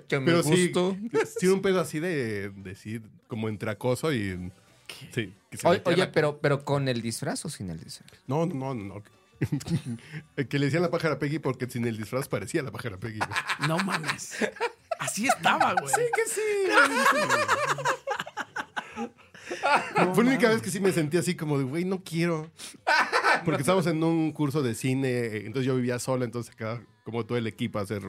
Speaker 7: Que me
Speaker 6: Pero sí,
Speaker 7: gustó.
Speaker 6: sí, un pedo así de, de sí, como entre acoso y... Sí, que se
Speaker 7: Oye,
Speaker 6: metía
Speaker 7: oye,
Speaker 6: la-
Speaker 7: pero, pero con el disfraz o sin el disfraz.
Speaker 6: No, no, no, no. no. que le decían la pájara Peggy porque sin el disfraz parecía la pájara Peggy. güey.
Speaker 8: No mames. Así estaba, güey.
Speaker 6: que sí. Fue la única vez que sí me sentí así como de, güey, no quiero. Porque estábamos en un curso de cine, eh, entonces yo vivía solo, entonces acá como todo el equipo a hacer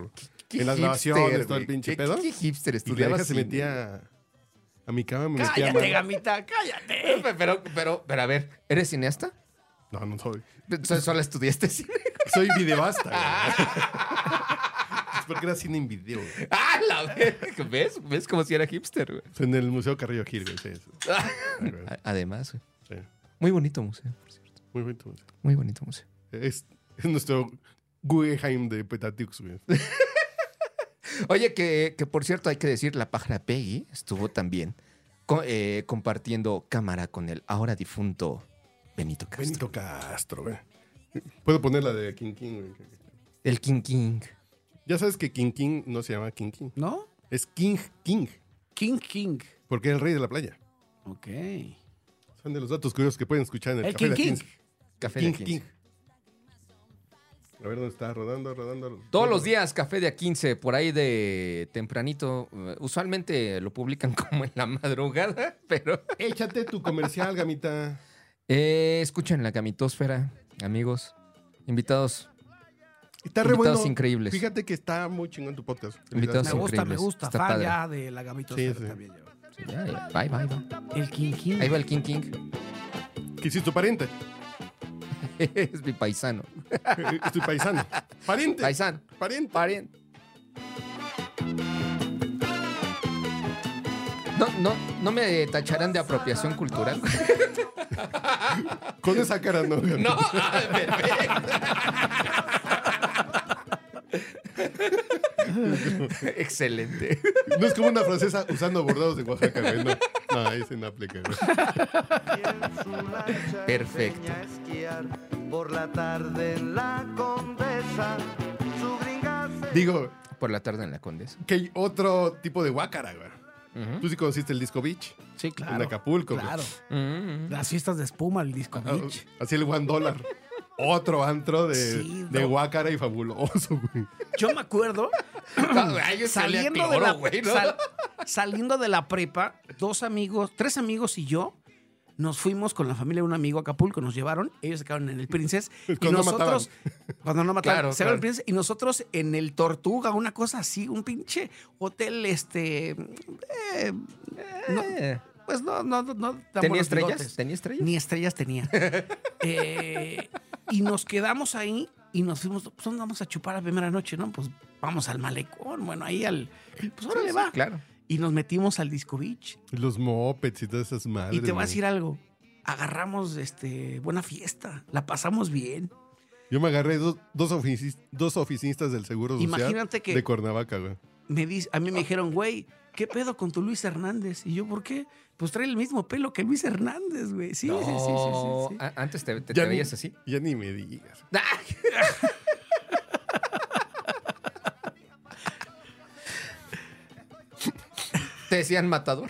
Speaker 6: en las grabaciones, todo el pinche pedo.
Speaker 7: ¿Qué, hipster
Speaker 6: Y la
Speaker 7: estudiaba
Speaker 6: vieja se
Speaker 7: cine?
Speaker 6: metía a mi cama, me metía a
Speaker 8: Cállate,
Speaker 6: mano.
Speaker 8: gamita, cállate.
Speaker 7: Pero, pero, pero, pero, a ver, ¿eres cineasta?
Speaker 6: No, no soy.
Speaker 7: Solo, solo estudiaste cine.
Speaker 6: Soy videoasta. güey. es porque era cine en video. güey.
Speaker 7: ¡Ah, la verga! ¿Ves? ¿Ves como si era hipster, güey?
Speaker 6: O sea, en el Museo Carrillo Gil, güey. sí, sí. Ah, güey,
Speaker 7: A- Además, güey.
Speaker 6: sí.
Speaker 7: Muy bonito museo, por cierto.
Speaker 6: Muy bonito. güey.
Speaker 7: Muy bonito museo.
Speaker 6: Es, es nuestro Guggenheim de Petatiux, güey.
Speaker 7: Oye, que, que por cierto hay que decir, la pájara Peggy estuvo también co- eh, compartiendo cámara con el ahora difunto Benito Castro.
Speaker 6: Benito Castro, güey. Puedo poner la de King King, güey.
Speaker 7: El King King.
Speaker 6: Ya sabes que King King no se llama King King.
Speaker 8: ¿No?
Speaker 6: Es King King,
Speaker 8: King King.
Speaker 6: porque es el rey de la playa.
Speaker 8: Ok.
Speaker 6: Son de los datos curiosos que pueden escuchar en el,
Speaker 8: El
Speaker 6: Café
Speaker 8: King
Speaker 6: Latín.
Speaker 8: King.
Speaker 7: Café de
Speaker 6: King
Speaker 7: A15.
Speaker 6: King. A ver dónde está, rodando, rodando.
Speaker 7: Todos los días, café de A15, por ahí de tempranito. Eh, Usualmente lo publican como en la madrugada, pero
Speaker 6: Échate tu comercial, gamita.
Speaker 7: eh, escuchen la gamitosfera, amigos. Invitados,
Speaker 6: Está re
Speaker 7: Invitados
Speaker 6: bueno.
Speaker 7: increíbles.
Speaker 6: Fíjate que está muy chingón tu podcast.
Speaker 7: Invitados
Speaker 8: Me gusta, me
Speaker 7: increíbles.
Speaker 8: gusta.
Speaker 7: Está
Speaker 8: Fan
Speaker 7: padre.
Speaker 8: ya de la gamita
Speaker 6: Sí, sí.
Speaker 8: también. yo.
Speaker 7: sí, ya, ya. Bye, bye, bye.
Speaker 8: El King King.
Speaker 7: Ahí va el King King.
Speaker 6: Que sí, es tu pariente.
Speaker 7: es mi paisano.
Speaker 6: Es tu paisano. Pariente.
Speaker 7: Paisano.
Speaker 6: Pariente.
Speaker 7: Paren. No, no, no me tacharán de apropiación cultural.
Speaker 6: Con esa cara no. güey.
Speaker 7: No, ah, perfecto. Excelente.
Speaker 6: No es como una francesa usando bordados de Oaxaca, güey. No, no ese no aplica, güey.
Speaker 7: Perfecto.
Speaker 11: enseña a esquiar por la tarde en la condesa. Su gringa se-
Speaker 6: Digo,
Speaker 7: Por la tarde en la condesa.
Speaker 6: que hay otro tipo de guácara, güey.
Speaker 7: Ujú.
Speaker 6: Tú sí conociste el disco beach.
Speaker 8: Sí, claro.
Speaker 6: En Acapulco, güey.
Speaker 8: Claro.
Speaker 7: Mm.
Speaker 6: Ah, oh.
Speaker 8: Las fiestas de espuma, el disco beach.
Speaker 6: Así el one dólar. otro antro de,
Speaker 8: Sí,
Speaker 6: de
Speaker 8: no.
Speaker 6: Guácara y fabuloso, güey.
Speaker 8: Yo me acuerdo
Speaker 7: Ay, ese olía
Speaker 8: saliendo,
Speaker 7: a
Speaker 8: de la,
Speaker 7: cloro, güey, ¿no?
Speaker 8: sal- saliendo de la prepa, dos amigos, tres amigos y yo nos fuimos con la familia de un amigo a Acapulco, nos llevaron, ellos se quedaron en el Princess y
Speaker 6: Cuando
Speaker 8: nosotros cuando no mataron,
Speaker 7: Claro,
Speaker 8: se
Speaker 7: claro.
Speaker 8: quedaron en el Princess y nosotros en el Tortuga, una cosa así, un pinche hotel este eh, no,
Speaker 7: Eh,
Speaker 8: pues no no no, no tan
Speaker 7: ¿Tenía
Speaker 8: buenos
Speaker 7: estrellas?
Speaker 8: bigotes.
Speaker 7: ¿Tenía estrellas?
Speaker 8: Ni estrellas tenía. Eh, y nos quedamos ahí y nos fuimos, pues ¿dónde vamos a chupar la primera noche? No, pues vamos al malecón, bueno, ahí al... Pues
Speaker 7: Sí,
Speaker 8: órale,
Speaker 7: sí,
Speaker 8: va.
Speaker 7: Claro.
Speaker 8: Y nos metimos al Disco Beach.
Speaker 6: Los mopeds y todas esas madres.
Speaker 8: y te voy a
Speaker 6: güey.
Speaker 8: decir algo, agarramos este, buena fiesta, la pasamos bien.
Speaker 6: Yo me agarré dos, dos, oficis- dos oficinistas del Seguro Social
Speaker 8: Imagínate que-
Speaker 6: de Cuernavaca, güey.
Speaker 8: Me dice, a mí me dijeron, güey, ¿qué pedo con tu Luis Hernández? Y yo, ¿por qué? Pues trae el mismo pelo que Luis Hernández, güey. Sí, sí, sí,
Speaker 7: No,
Speaker 8: sí, sí, sí.
Speaker 7: a- Antes te, te-
Speaker 6: Ya
Speaker 7: te
Speaker 6: ni-
Speaker 7: veías así.
Speaker 6: Ya ni me digas.
Speaker 7: Te decían matador.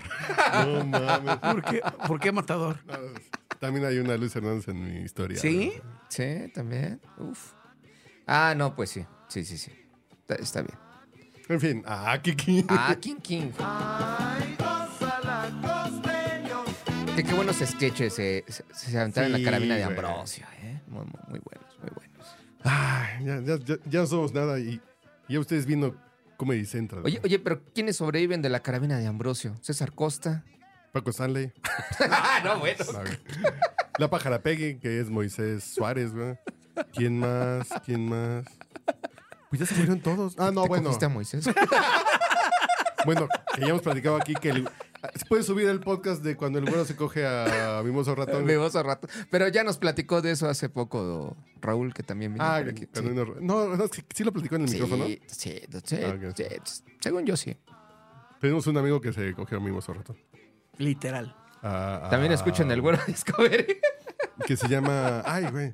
Speaker 6: No mames.
Speaker 8: ¿Por qué, ¿Por qué matador?
Speaker 6: También hay una Luis Hernández en mi historia.
Speaker 8: ¿Sí?
Speaker 6: güey.
Speaker 7: Sí, también. Uf. Ah, no, pues sí. Sí, sí, sí. Está, está bien.
Speaker 6: En fin, ah, Kiki.
Speaker 7: Ah, King King. Qué, qué buenos sketches eh, se, se aventaron en
Speaker 6: Sí,
Speaker 7: la carabina de
Speaker 6: güey.
Speaker 7: Ambrosio, ¿eh? Muy, muy- muy buenos, muy buenos.
Speaker 6: Ay, ya, ya- ya- ya no somos nada y y ya ustedes viendo Comedy Central.
Speaker 7: Oye, oye, pero ¿quiénes sobreviven de la carabina de Ambrosio? César Costa.
Speaker 6: Paco Stanley.
Speaker 7: ah, no, bueno.
Speaker 6: Ah, güey. La pájara Peggy, que es Moisés Suárez, güey. ¿Quién más? ¿Quién más? Pues ya se murieron todos. Ah, no,
Speaker 7: ¿Te
Speaker 6: bueno.
Speaker 7: cogiste a Moisés?
Speaker 6: Bueno, que ya hemos platicado aquí que el- ah, se puede subir el podcast de cuando el güero se coge a Mimoso Ratón.
Speaker 7: Me vas a rato. Pero ya nos platicó de eso hace poco do- Raúl, que también vino
Speaker 6: Ah,
Speaker 7: por aquí.
Speaker 6: cuando no, no, no, sí, sí lo platicó en el
Speaker 7: Sí,
Speaker 6: micrófono.
Speaker 7: sí, sí, sí,
Speaker 6: Ah, ok.
Speaker 7: sí, sí. Según yo, sí.
Speaker 6: Tenemos un amigo que se cogió a Mimoso Ratón.
Speaker 8: Literal.
Speaker 6: Ah, ah,
Speaker 7: También escuchan el güero Discovery.
Speaker 6: Que se llama. Ay, güey.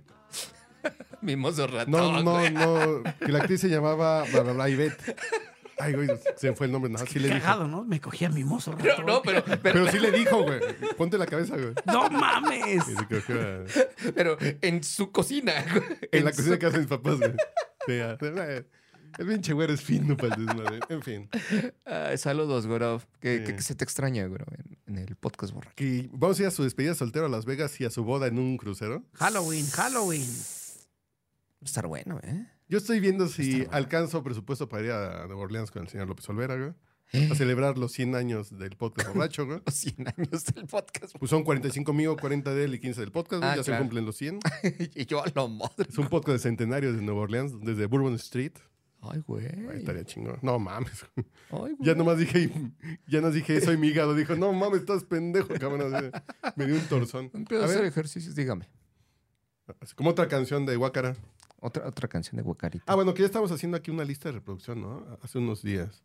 Speaker 7: Mimoso ratón.
Speaker 6: No, no,
Speaker 7: güey.
Speaker 6: no. Que la actriz se llamaba bla, bla, bla, Ivette. Ay, güey, se me fue el nombre. No, sí le dijo.
Speaker 8: Cagado, ¿no? Me cogía mi mozo.
Speaker 7: No, no, pero, pero,
Speaker 6: Pero sí le dijo, güey. Ponte la cabeza, güey.
Speaker 8: ¡No mames!
Speaker 6: Y se cogió a-
Speaker 7: pero en su cocina. güey.
Speaker 6: En la
Speaker 7: su-
Speaker 6: cocina que hacen mis papás, güey. Sí, ah, El pinche güero es fino para el desmadre. En fin.
Speaker 7: Ay, Ah, saludos, Gorov. Que, que-
Speaker 6: Sí.
Speaker 7: que se te extraña, Gorov, en, en el podcast borracho.
Speaker 6: Que vamos a ir a su despedida soltero a Las Vegas y a su boda en un crucero.
Speaker 8: Halloween, Halloween.
Speaker 7: Va a Estar bueno, ¿eh?
Speaker 6: Yo estoy viendo si alcanzo presupuesto para ir a Nueva Orleans con el señor López Olvera, güey. A celebrar los 100 años del podcast borracho, güey.
Speaker 7: Los 100 años del podcast.
Speaker 6: Pues son 45 mío, 40 de él y 15 del podcast, güey.
Speaker 7: Ah,
Speaker 6: ya se
Speaker 7: claro.
Speaker 6: cumplen los 100.
Speaker 7: y yo a lo madre.
Speaker 6: Es un podcast de centenario desde Nueva Orleans, desde Bourbon Street.
Speaker 7: Ay, güey.
Speaker 6: Ahí estaría chingón. No mames. güey.
Speaker 7: Ay, güey.
Speaker 6: Ya nomás dije, ya nos dije, soy mi hígado. Dijo, no mames, estás pendejo, cabrón. Así, Me dio un torzón.
Speaker 7: Empiezo a
Speaker 6: A
Speaker 7: hacer
Speaker 6: ver,
Speaker 7: ejercicios, dígame.
Speaker 6: como otra canción de Guácara.
Speaker 7: Otra, otra canción de Guacarita.
Speaker 6: Ah, bueno, que ya estamos haciendo aquí una lista de reproducción, ¿no? Hace unos días.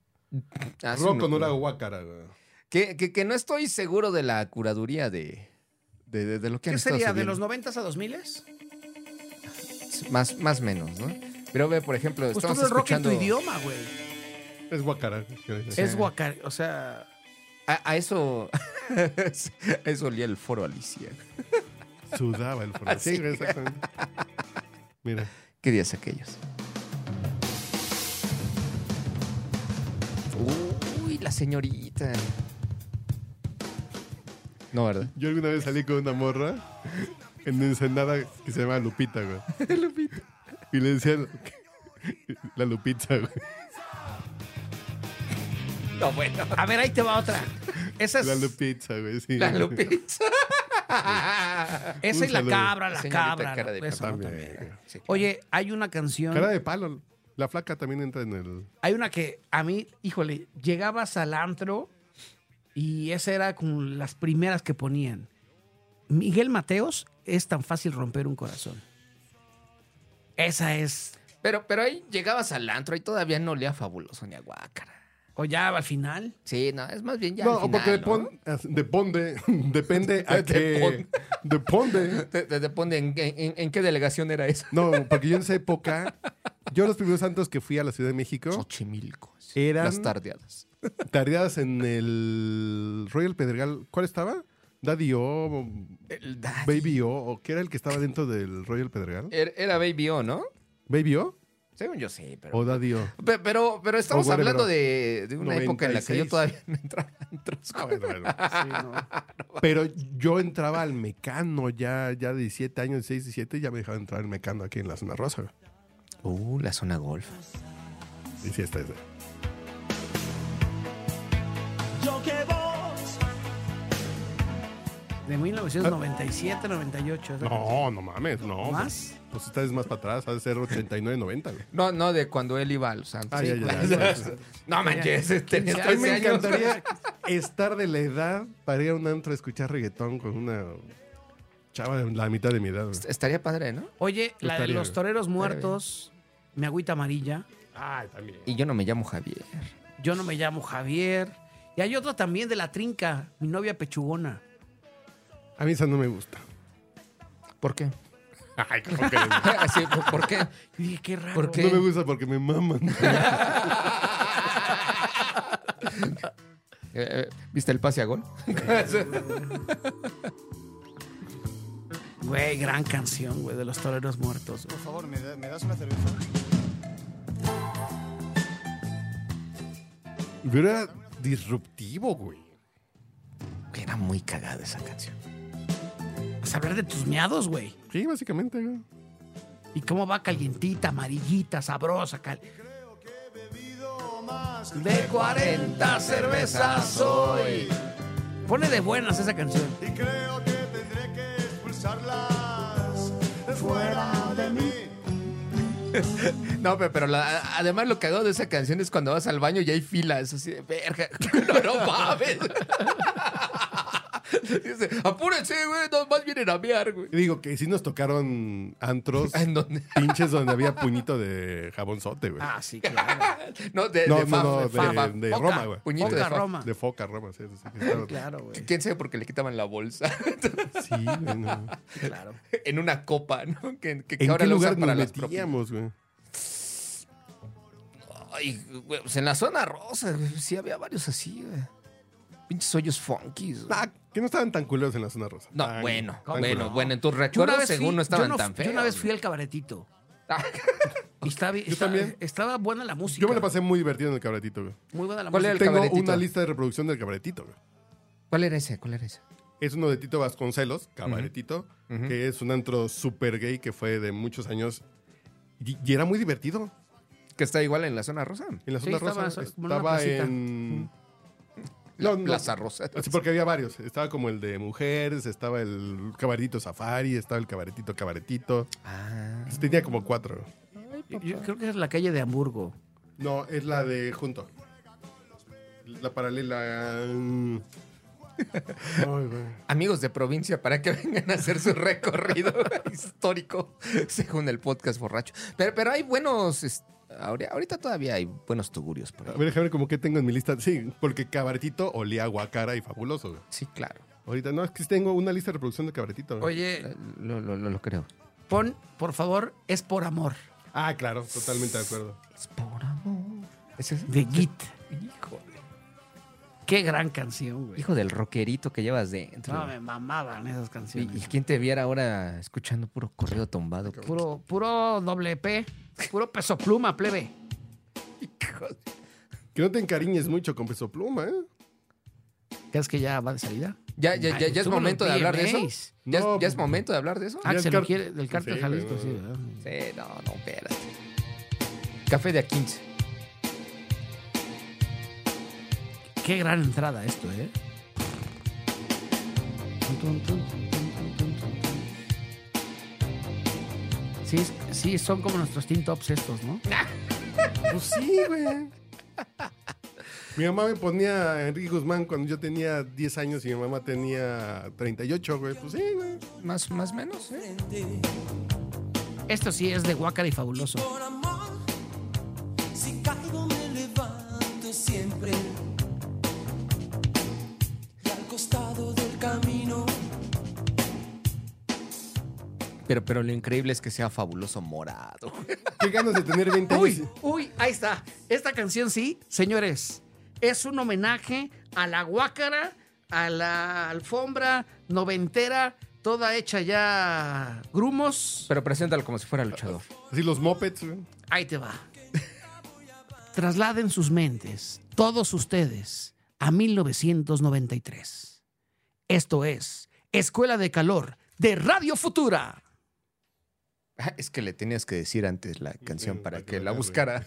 Speaker 7: Hace
Speaker 6: Rock con
Speaker 7: unos-
Speaker 6: una Guácara, güey.
Speaker 7: Que, que, que no estoy seguro de la curaduría de, de, de- de lo que han
Speaker 8: ¿Qué
Speaker 7: estado
Speaker 8: sería? ¿De
Speaker 7: subiendo.
Speaker 8: los 90 a 2000s?
Speaker 7: Más, más menos, ¿no? Pero ve, por ejemplo,
Speaker 8: Pues
Speaker 7: estamos
Speaker 8: todo el rock
Speaker 7: escuchando...
Speaker 8: en tu idioma, güey.
Speaker 6: Es Guácara. ¿qué dices?
Speaker 8: Es guacar, o sea...
Speaker 7: A, a eso... a eso olía el foro Alicia.
Speaker 6: Sudaba el
Speaker 7: Ah,
Speaker 6: formato. Sí, güey, exactamente. Mira.
Speaker 7: ¿Qué días aquellos? Uy, la señorita. No, ¿verdad?
Speaker 6: Yo alguna vez salí con una morra en Ensenada que se llama Lupita, güey. Lupita. Y le decían la Lupita, güey.
Speaker 7: No, bueno.
Speaker 8: A ver, ahí te va otra. Esa es...
Speaker 6: La Lupita, güey, sí.
Speaker 7: La Lupita.
Speaker 8: Esa y
Speaker 6: Un
Speaker 8: la
Speaker 6: saludo.
Speaker 8: cabra, la
Speaker 7: Señorita
Speaker 8: cabra.
Speaker 7: cara de
Speaker 8: eso,
Speaker 7: papa.
Speaker 8: ¿no?
Speaker 6: También.
Speaker 7: Sí.
Speaker 8: Oye, hay una canción,
Speaker 6: Cara de palo. La flaca también entra en el.
Speaker 8: hay una que a mí, híjole, llegabas al antro y esa era como las primeras que ponían. Miguel Mateos, es tan fácil romper un corazón. Esa es...
Speaker 7: Pero, pero ahí llegabas al antro y todavía no olía fabuloso ni aguácara.
Speaker 8: O ya al final.
Speaker 7: Sí, no, es más bien ya.
Speaker 6: no,
Speaker 7: al final,
Speaker 6: porque
Speaker 7: ¿no?
Speaker 6: pon- as- deponde- depende a que. Depende.
Speaker 7: Te, te- te pone en, en- en qué delegación era eso.
Speaker 6: No, porque yo en esa época, yo los primeros santos que fui a la Ciudad de México,
Speaker 7: Xochimilco. sí.
Speaker 6: Eran-
Speaker 7: Las tardeadas.
Speaker 6: tardeadas en el Royal Pedregal, ¿cuál estaba? Daddy O, Baby O, o que era el que estaba dentro del Royal Pedregal.
Speaker 7: Era, Er, era Baby O, ¿no?
Speaker 6: ¿Baby O?
Speaker 7: Según yo sí, pero.
Speaker 6: O Daddy O.
Speaker 7: Pe- Pero, pero estamos
Speaker 6: whatever.
Speaker 7: hablando de, de una época en la que yo
Speaker 6: 96.
Speaker 7: todavía no entraba en antros.
Speaker 6: Ah, bueno, bueno. Pero yo entraba al mecano ya, ya de 17 años, 16, 17, ya me dejaban entrar al mecano aquí en la zona rosa. güey.
Speaker 7: Uh, la zona golf.
Speaker 6: Y sí, está, está.
Speaker 12: Yo que vos
Speaker 8: De 1997, 98. esa canción.
Speaker 6: No, no mames, no.
Speaker 8: ¿Más?
Speaker 6: Pues, pues esta es más para atrás, ha de ser 89, 90, güey.
Speaker 7: No, no, de cuando él iba a los antros.
Speaker 6: Ah, ya,
Speaker 7: Sí,
Speaker 6: ya,
Speaker 7: claro.
Speaker 6: ya, ya.
Speaker 7: No manches, este, tenía
Speaker 6: A mí me
Speaker 7: 13 años.
Speaker 6: encantaría estar de la edad para ir a un antro a escuchar reggaetón con una chava de la mitad de mi edad. güey.
Speaker 7: Estaría padre, ¿no?
Speaker 8: Oye, la de
Speaker 6: Estaría-
Speaker 8: los toreros muertos, mi agüita amarilla.
Speaker 6: Ah, también.
Speaker 7: Y yo no me llamo Javier.
Speaker 8: Yo no me llamo Javier. Y hay otra también de la trinca, mi novia pechugona.
Speaker 6: A mí esa no me gusta.
Speaker 7: ¿Por qué?
Speaker 6: Ay, ¿cómo que?
Speaker 7: Sí, ¿por- ¿Por qué? Eh,
Speaker 8: Y dije, qué raro.
Speaker 7: ¿Por qué?
Speaker 6: No me gusta porque me maman.
Speaker 7: Eh, eh, ¿Viste el pase a gol?
Speaker 8: Güey, gran canción, güey, de los toreros muertos. güey.
Speaker 13: Por favor, ¿me, da- me das una cerveza?
Speaker 6: Pero era disruptivo, güey.
Speaker 7: Era muy cagada esa canción.
Speaker 8: Pues hablar de tus miados, güey.
Speaker 6: Sí, básicamente, güey.
Speaker 8: Y cómo va calientita, amarillita, sabrosa. cal- De 40 cervezas hoy. Pone de buenas esa canción.
Speaker 12: y creo que tendré que expulsarlas fuera de mí.
Speaker 7: No, pero, pero la- además lo cagado de esa canción es cuando vas al baño y hay filas. Así de verga. No, no mames. Dice, apúrense, güey. No, más vienen a mear, güey.
Speaker 6: Y Digo que sí nos tocaron antros
Speaker 7: ¿En dónde?
Speaker 6: pinches donde había puñito de jabonzote, güey.
Speaker 8: Ah, sí, claro.
Speaker 7: No, de,
Speaker 6: no,
Speaker 7: de
Speaker 6: no,
Speaker 7: fab,
Speaker 6: no, de,
Speaker 7: fab, fab.
Speaker 6: de
Speaker 7: Foca,
Speaker 6: Roma, güey.
Speaker 7: Puñito de
Speaker 8: Foca,
Speaker 7: fab.
Speaker 8: Roma.
Speaker 6: De Foca, Roma, sí. sí, sí, que estaba-
Speaker 8: Claro, güey.
Speaker 7: ¿Quién sabe por qué le quitaban la bolsa?
Speaker 6: Sí, güey. no.
Speaker 8: Claro.
Speaker 7: en una copa, ¿no? Que, que- que
Speaker 6: ¿En
Speaker 7: ahora
Speaker 6: qué
Speaker 7: lo
Speaker 6: lugar
Speaker 7: usan para
Speaker 6: nos
Speaker 7: las propinas.
Speaker 6: metíamos, güey?
Speaker 7: Ay, güey, pues en la zona rosa, güey, sí había varios así, güey. Pinches hoyos funkies. güey.
Speaker 6: Ah, que no estaban tan culeros en la zona rosa.
Speaker 7: No,
Speaker 6: Tan-
Speaker 7: bueno,
Speaker 6: tan
Speaker 7: bueno,
Speaker 6: culeros.
Speaker 7: bueno. En tus
Speaker 8: Yo una
Speaker 7: recuerdos,
Speaker 8: vez fui-
Speaker 7: según no estaban
Speaker 8: yo
Speaker 7: tan feos.
Speaker 8: Yo una vez fui al cabaretito.
Speaker 7: Ah,
Speaker 8: Y estaba, bien-
Speaker 6: Yo
Speaker 8: estaba-
Speaker 6: también.
Speaker 8: estaba buena la música.
Speaker 6: Yo me la pasé muy divertido en el cabretito, güey.
Speaker 8: Muy buena la
Speaker 7: ¿Cuál era
Speaker 8: música.
Speaker 7: el
Speaker 6: Tengo
Speaker 7: cabaretito?
Speaker 6: una lista de reproducción del cabretito, güey.
Speaker 7: ¿Cuál era ese? ¿Cuál era ese?
Speaker 6: Es uno de Tito Vasconcelos, cabaretito,
Speaker 7: Ujú.
Speaker 6: que es un antro super gay que fue de muchos años. Y, y era muy divertido.
Speaker 7: Que está igual en la zona rosa.
Speaker 6: En la
Speaker 8: Sí,
Speaker 6: zona
Speaker 8: estaba
Speaker 6: rosa
Speaker 8: en- como en una
Speaker 6: estaba
Speaker 8: placita.
Speaker 6: en...
Speaker 7: La
Speaker 6: No, no.
Speaker 7: Plaza Rosa.
Speaker 6: Así porque había varios. Estaba como el de mujeres, estaba el cabaretito safari, estaba el cabaretito cabaretito. Pues
Speaker 7: Ah.
Speaker 6: Tenía como cuatro.
Speaker 8: Yo, yo creo que es la calle de Hamburgo.
Speaker 6: No, es la de junto. La paralela. mm. Ay, güey.
Speaker 7: Amigos de provincia, para que vengan a hacer su recorrido histórico, según el podcast borracho. Pero, pero hay buenos. es- ahori- Ahorita todavía hay buenos tugurios por
Speaker 6: A
Speaker 7: ahí.
Speaker 6: ver, déjame ver como que tengo en mi lista. Sí, porque cabaretito olía a guacara y fabuloso. güey.
Speaker 7: Sí, claro.
Speaker 6: Ahorita no, es que sí tengo una lista de reproducción de cabaretito. güey.
Speaker 8: Oye,
Speaker 7: Lo, lo- lo- lo creo.
Speaker 8: pon, por favor, es por amor.
Speaker 6: Ah, claro, totalmente de acuerdo.
Speaker 7: Es por amor. Ese es-
Speaker 8: De Git.
Speaker 7: Hijo,
Speaker 8: Qué gran canción, güey.
Speaker 7: hijo del rockerito que llevas dentro.
Speaker 8: No, me mamaban
Speaker 7: y,
Speaker 8: esas
Speaker 7: y
Speaker 8: canciones.
Speaker 7: quien te viera ahora escuchando puro corrido tumbado.
Speaker 8: Puro, puro doble P, puro peso pluma, plebe.
Speaker 7: Hijo de-
Speaker 6: Que no te encariñes mucho con peso pluma, ¿eh?
Speaker 8: ¿Crees que ya va de salida?
Speaker 7: ¿Ya, ya, ya,
Speaker 8: Ay,
Speaker 7: ya es
Speaker 8: estuvo en
Speaker 7: momento de
Speaker 8: los
Speaker 7: hablar de eso?
Speaker 8: VMAs.
Speaker 7: ¿Ya, es-
Speaker 6: No,
Speaker 7: ya es
Speaker 6: pues,
Speaker 7: momento de hablar de eso?
Speaker 8: Ah,
Speaker 6: Ya
Speaker 8: que
Speaker 6: el
Speaker 8: se
Speaker 6: car-
Speaker 8: lo quiere del cártel
Speaker 6: Sí,
Speaker 8: Jalisco,
Speaker 6: güey,
Speaker 8: sí,
Speaker 6: no,
Speaker 8: ¿verdad?
Speaker 7: Sí, no, no, espérate. Café de a 15.
Speaker 8: Qué gran entrada esto, ¿eh? Sí, es- sí, son como nuestros teen tops estos, ¿no?
Speaker 6: Pues sí, güey. Mi mamá me ponía a Enrique Guzmán cuando yo tenía 10 años y mi mamá tenía 38, güey. Pues sí, güey.
Speaker 7: Más más menos, ¿eh?
Speaker 8: Esto sí es de Guácara y Fabuloso.
Speaker 12: Por amor, si caigo me levanto siempre. Y al costado del camino.
Speaker 7: Pero, pero lo increíble es que sea fabuloso morado.
Speaker 6: Qué ganas de tener 20 años.
Speaker 8: Uy, uy, ahí está. Esta canción sí, señores, es un homenaje a la Guácara, a la alfombra noventera, toda hecha ya grumos.
Speaker 7: Pero preséntalo como si fuera luchador.
Speaker 6: Así los mopeds. güey.
Speaker 8: Ahí te va. Trasladen sus mentes, todos ustedes, a 1993. Esto es Escuela de Calor de Radio Futura.
Speaker 7: Ah, Es que le tenías que decir antes la canción para que la buscara.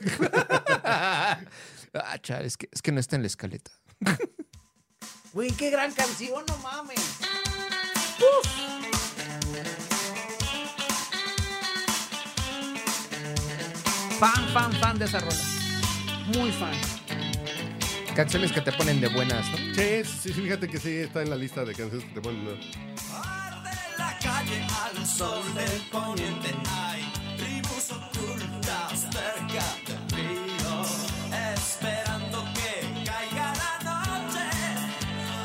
Speaker 7: ah, chale, es que, es que no está en la escaleta.
Speaker 8: Güey, qué gran canción, no mames. Fan, fan, fan de esa rola. Muy fan.
Speaker 7: Canciones que te ponen de buenas, ¿no?
Speaker 6: Sí, sí, sí, fíjate que sí, está en la lista de canciones que te ponen. ¿no?
Speaker 13: la calle al sol del poniente hay tribus ocultas cerca del río esperando que caiga la noche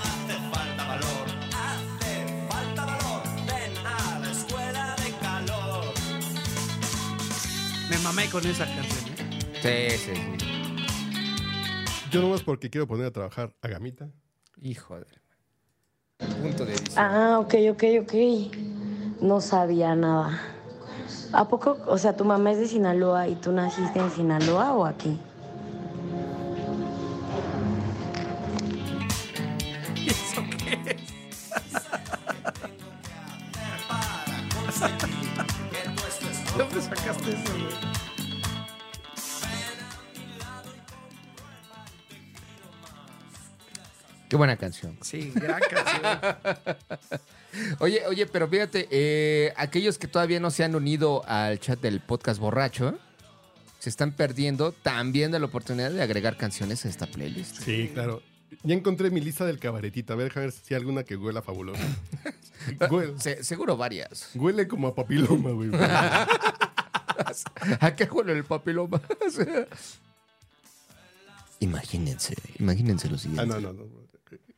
Speaker 13: hace falta valor hace falta valor ven a la escuela de calor
Speaker 8: Me mamé con esa canción.
Speaker 7: Sí,
Speaker 8: ¿eh?
Speaker 7: sí, sí.
Speaker 6: Yo nomás porque quiero poner a trabajar a Gamita.
Speaker 7: Hijo de... Punto de vista.
Speaker 14: Ah, ok, ok, ok. No sabía nada. ¿A poco, o sea, tu mamá es de Sinaloa y tú naciste en Sinaloa o aquí?
Speaker 8: ¿Y eso qué es? ¿De dónde sacaste eso, güey?
Speaker 7: Qué buena canción.
Speaker 8: Sí, gran canción.
Speaker 7: Oye, oye, pero fíjate, eh, aquellos que todavía no se han unido al chat del podcast borracho, se están perdiendo también de la oportunidad de agregar canciones a esta playlist.
Speaker 6: Sí, claro. Ya encontré mi lista del cabaretita. A ver, déjame ver si hay alguna que huela fabulosa. Huele,
Speaker 7: Se- seguro varias.
Speaker 6: huele como a papiloma, güey. Ah,
Speaker 7: ¿A qué huele el papiloma? imagínense, imagínense lo siguiente.
Speaker 6: Ah, no, no, no.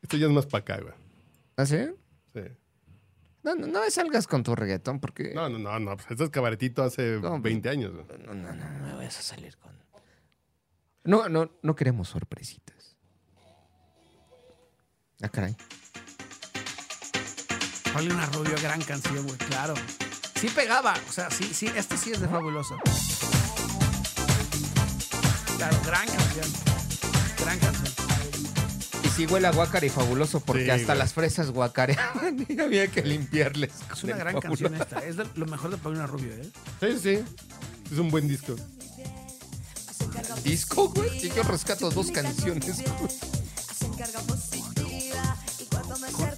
Speaker 6: Esto ya es más para acá, güey.
Speaker 7: ¿Ah, sí?
Speaker 6: Sí.
Speaker 7: No, no, no me salgas con tu reggaetón porque...
Speaker 6: No, no, no, no. pues Esto es cabaretito hace
Speaker 7: No, pues-
Speaker 6: 20 años. güey.
Speaker 7: No, no, no, no me vayas a salir con. No, no, no queremos sorpresitas. Ah, caray.
Speaker 8: Paulina Rubio, gran canción, güey, claro. Sí pegaba, o sea, sí, sí, esto sí es de fabuloso. Claro, gran canción. Gran canción.
Speaker 7: Y si huele a guácara y fabuloso, porque
Speaker 6: Sí,
Speaker 7: hasta
Speaker 6: güey.
Speaker 7: las fresas guacareaban y había que limpiarles.
Speaker 8: Es
Speaker 7: con
Speaker 8: una
Speaker 7: el
Speaker 8: gran
Speaker 7: fabuloso.
Speaker 8: canción esta. Es de lo mejor de Paulina Rubio, ¿eh?
Speaker 6: Sí, sí. Es un buen disco.
Speaker 7: Disco, güey. Y yo rescato dos canciones. güey.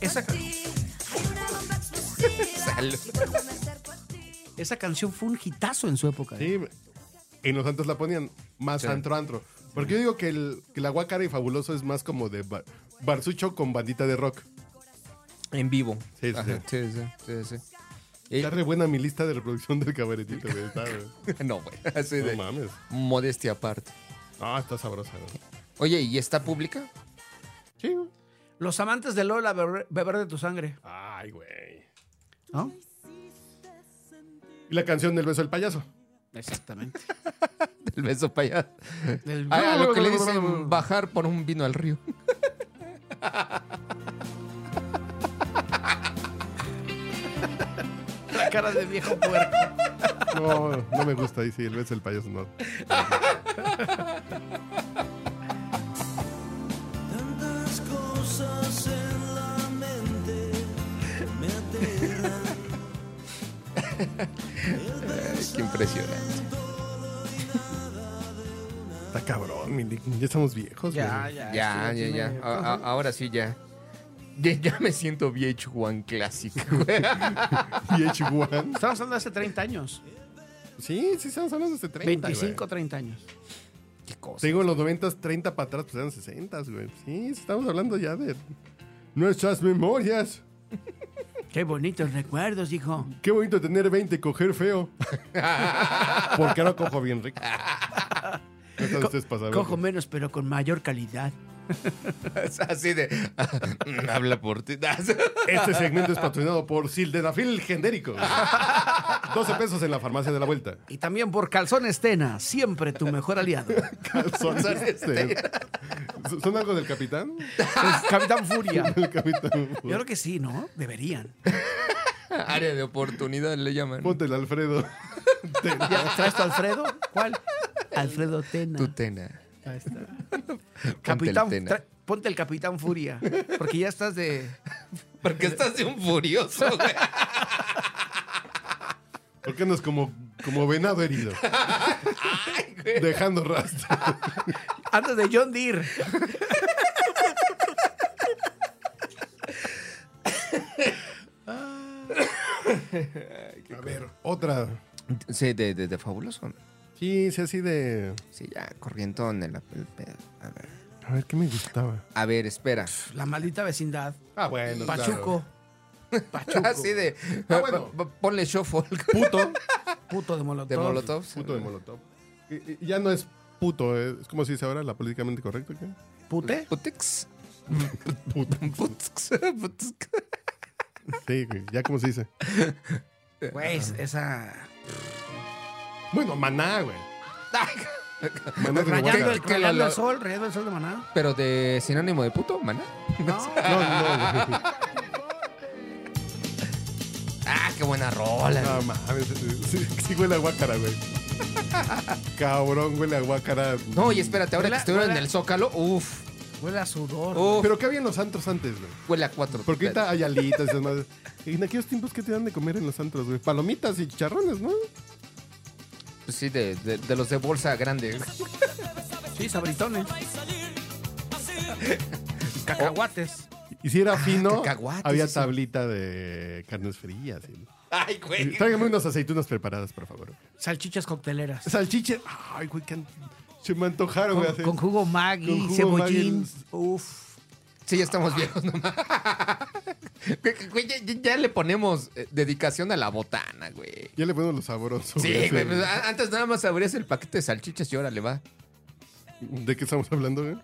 Speaker 8: Esa,
Speaker 7: Salud.
Speaker 8: esa canción fue un hitazo en su época. ¿eh?
Speaker 6: Sí. En los antros la ponían más
Speaker 7: Sí.
Speaker 6: antro, antro. Porque yo digo que, el, que la guacara y fabuloso es más como de bar- barsucho con bandita de rock.
Speaker 7: En vivo.
Speaker 6: Sí, sí,
Speaker 7: Ajá, sí, sí, sí, sí. Y-
Speaker 6: Está re buena mi lista de reproducción del cabaretito, güey. Está, güey.
Speaker 7: no, güey. Así de
Speaker 6: No mames.
Speaker 7: modestia aparte.
Speaker 6: Ah, está sabrosa. güey.
Speaker 7: Oye, ¿y está pública?
Speaker 6: Sí, güey.
Speaker 8: Los amantes de Lola, beber, beber de tu sangre,
Speaker 6: Ay, güey.
Speaker 8: ¿no?
Speaker 6: Y la canción del beso del payaso.
Speaker 8: Exactamente.
Speaker 7: Del beso para allá.
Speaker 8: Del-
Speaker 7: A, a lo que le dicen bajar por un vino al río.
Speaker 8: la cara de viejo puerco.
Speaker 6: No, no me gusta. Ahí sí, el beso del payaso no.
Speaker 13: tantas cosas en la mente me aterran
Speaker 7: Qué impresionante.
Speaker 6: Está cabrón, mi Nick. Ya estamos viejos,
Speaker 8: Ya,
Speaker 6: güey.
Speaker 7: Ya,
Speaker 8: ya.
Speaker 7: ya,
Speaker 8: esto
Speaker 7: ya.
Speaker 8: tiene-
Speaker 7: A- a- ahora sí, ya. Ya, ya me siento VH1 Classic, güey.
Speaker 6: Y H1.
Speaker 8: Estamos hablando de hace 30 años.
Speaker 6: Sí, sí, estamos hablando de 30.
Speaker 8: 25, 30 años.
Speaker 7: Qué
Speaker 6: Te
Speaker 7: cosa.
Speaker 6: digo, en los 90, 30 para atrás, pues eran 60, güey. Sí, estamos hablando ya de nuestras memorias.
Speaker 8: Qué bonitos recuerdos, hijo.
Speaker 6: Qué bonito tener 20 y coger feo. Porque ahora cojo bien rico. No están ustedes para saberlo.
Speaker 8: Cojo menos, pero con mayor calidad.
Speaker 7: Es Así de. mm, Habla por ti.
Speaker 6: Este segmento es patrocinado por Sildenafil genérico. 12 pesos en la farmacia de la vuelta.
Speaker 8: Y también por Calzón Estena, siempre tu mejor aliado.
Speaker 6: Calzones.
Speaker 7: Calzones.
Speaker 6: este. ¿Son algo del capitán?
Speaker 8: Capitán Furia.
Speaker 6: El capitán
Speaker 8: Yo creo que sí, ¿no? Deberían.
Speaker 7: Área de oportunidad le llaman.
Speaker 6: Ponte el Alfredo.
Speaker 8: ¿Ya ¿Traes tu Alfredo? ¿Cuál? Alfredo Tena.
Speaker 7: Tu Tena.
Speaker 8: Ahí está.
Speaker 7: Capitán.
Speaker 8: Capitán, tra- ponte el Capitán Furia. Porque ya estás de.
Speaker 7: Porque estás de un furioso, güey.
Speaker 6: ¿Por qué no es como, como venado herido? Dejando rastro.
Speaker 8: Antes de John Deere.
Speaker 6: A ver, otra.
Speaker 7: Sí, de, de, de fabuloso.
Speaker 6: Sí, sí, así de.
Speaker 7: Sí, ya, corrientón en la el pedo. A ver.
Speaker 6: A ver, ¿qué me gustaba?
Speaker 7: A ver, espera.
Speaker 8: La maldita vecindad.
Speaker 6: Ah, bueno.
Speaker 8: Pachuco. Pachuco.
Speaker 7: Así de.
Speaker 6: Ah, bueno.
Speaker 7: p- p- Ponle shuffle
Speaker 6: Puto.
Speaker 8: Puto de Molotov.
Speaker 7: de Molotov.
Speaker 6: Puto de Molotov. Y- y Ya no es puto, ¿eh? es como se dice ahora la políticamente correcta. ¿qué?
Speaker 8: ¿Pute?
Speaker 7: Putex.
Speaker 6: Puto.
Speaker 7: Putex. Putex.
Speaker 6: Sí, güey, ya como se dice.
Speaker 8: Güey, es- esa.
Speaker 6: Bueno, maná, güey. Maná de
Speaker 8: Rayando
Speaker 6: Oaxaca.
Speaker 8: el,
Speaker 7: Que
Speaker 8: rayando
Speaker 7: lo-
Speaker 8: el sol, rayando el sol de maná.
Speaker 7: Pero de sinónimo de puto, maná.
Speaker 8: No.
Speaker 6: No, no, güey.
Speaker 7: Ah, qué buena rola.
Speaker 6: No mames. Sí, sí huele a guácara, güey. Cabrón, huele a guácara.
Speaker 7: No, y espérate, ahora
Speaker 8: Huele
Speaker 7: que
Speaker 8: a-
Speaker 7: estuvieron en
Speaker 8: huele a-
Speaker 7: el Zócalo, uff.
Speaker 8: Huele a sudor.
Speaker 7: Uff,
Speaker 6: Pero ¿qué había en los antros antes, güey?
Speaker 7: huele a cuatro.
Speaker 6: Porque ahorita hay alitas y esas madres. En aquellos tiempos, ¿qué te dan de comer en los antros, güey? Palomitas y charrones, ¿no?
Speaker 7: Pues sí, de, de- de los de bolsa grande.
Speaker 8: Sí, sabritones. Cacahuates.
Speaker 6: Y si era fino,
Speaker 7: Ah, cacahuates,
Speaker 6: había
Speaker 7: eso.
Speaker 6: tablita de carnes frías. y-
Speaker 7: Ay,
Speaker 6: Y
Speaker 7: güey.
Speaker 6: Tráigame unas aceitunas preparadas, por favor.
Speaker 8: Salchichas cocteleras.
Speaker 6: Salchicha. Ay, güey, que an- se me antojaron, güey.
Speaker 8: Con,
Speaker 6: hace-
Speaker 8: con jugo Maggi,
Speaker 6: Con jugo
Speaker 8: cebollín.
Speaker 6: Maggi.
Speaker 8: Uf.
Speaker 7: Sí, ya estamos viejos nomás. Güey, güey, ya, ya- ya le ponemos eh, dedicación a la botana, güey.
Speaker 6: Ya le ponemos los sabrosos.
Speaker 7: Sí, güey. pues, a- antes nada más abrías el paquete de salchichas y ahora le va.
Speaker 6: ¿De qué estamos hablando, güey?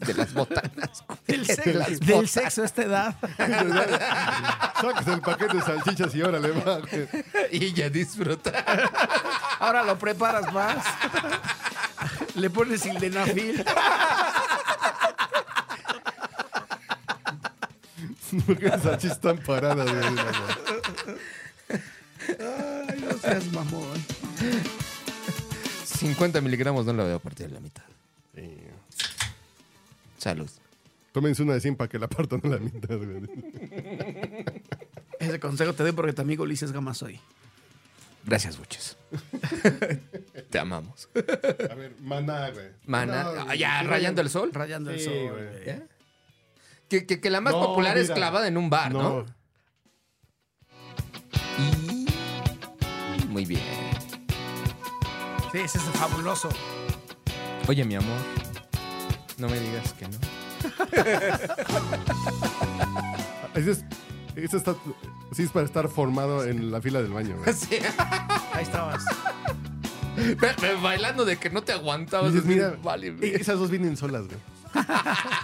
Speaker 7: De las botanas, güey.
Speaker 8: Del
Speaker 7: De
Speaker 8: sexo,
Speaker 7: las
Speaker 8: del
Speaker 7: botanas.
Speaker 8: sexo a esta edad.
Speaker 6: Sacas el paquete de salchichas y órale, va. güey.
Speaker 7: Y ya disfruta.
Speaker 8: Ahora lo preparas más. Le pones sildenafil.
Speaker 6: ¿Por qué las salchichas están paradas, güey?
Speaker 8: Ay, no seas mamón.
Speaker 7: 50 miligramos no lo veo a partir de la mitad.
Speaker 6: Sí.
Speaker 7: Salud.
Speaker 6: Tómense una de 100 para que la partan a la mitad, güey.
Speaker 8: Ese consejo te doy porque tu amigo Ulises Gama soy.
Speaker 7: Gracias, Buches. Te amamos.
Speaker 6: A ver, maná, güey.
Speaker 7: Mana,
Speaker 6: No,
Speaker 7: ah, ya,
Speaker 6: sí,
Speaker 7: rayando el sol.
Speaker 8: Rayando el
Speaker 6: Sí,
Speaker 8: sol.
Speaker 6: güey.
Speaker 8: güey.
Speaker 7: ¿Ya? ¿Eh? Que, que- que la más
Speaker 6: No,
Speaker 7: popular es
Speaker 6: mira.
Speaker 7: clavada en un bar, ¿no?
Speaker 6: No.
Speaker 7: Y- Muy bien.
Speaker 8: Sí, ese es fabuloso.
Speaker 7: Oye, mi amor, no me digas que no.
Speaker 6: Ese es- ese está, sí es para estar formado en la fila del baño, güey.
Speaker 7: Sí,
Speaker 8: Ahí estabas.
Speaker 7: pero- pero bailando de que no te aguantabas.
Speaker 6: Y dices,
Speaker 7: así,
Speaker 6: mira,
Speaker 7: vale,
Speaker 6: eh,
Speaker 7: mira.
Speaker 6: esas dos vienen solas, güey.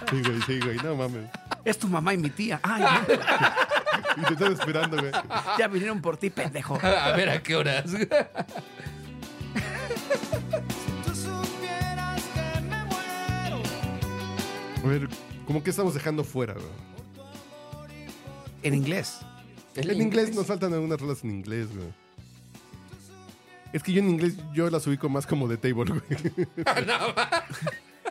Speaker 6: Sí, güey, sí, güey, no mames.
Speaker 8: Es tu mamá y mi tía. Ay, no,
Speaker 6: Y te están esperando, güey.
Speaker 8: ya vinieron por ti, pendejo.
Speaker 7: A ver a qué horas.
Speaker 13: Tú supieras que me muero.
Speaker 6: A ver, ¿cómo que estamos dejando fuera, güey?
Speaker 8: En inglés.
Speaker 6: En inglés nos faltan algunas rolas en inglés, güey. Es que yo en inglés yo las ubico más como de table, güey.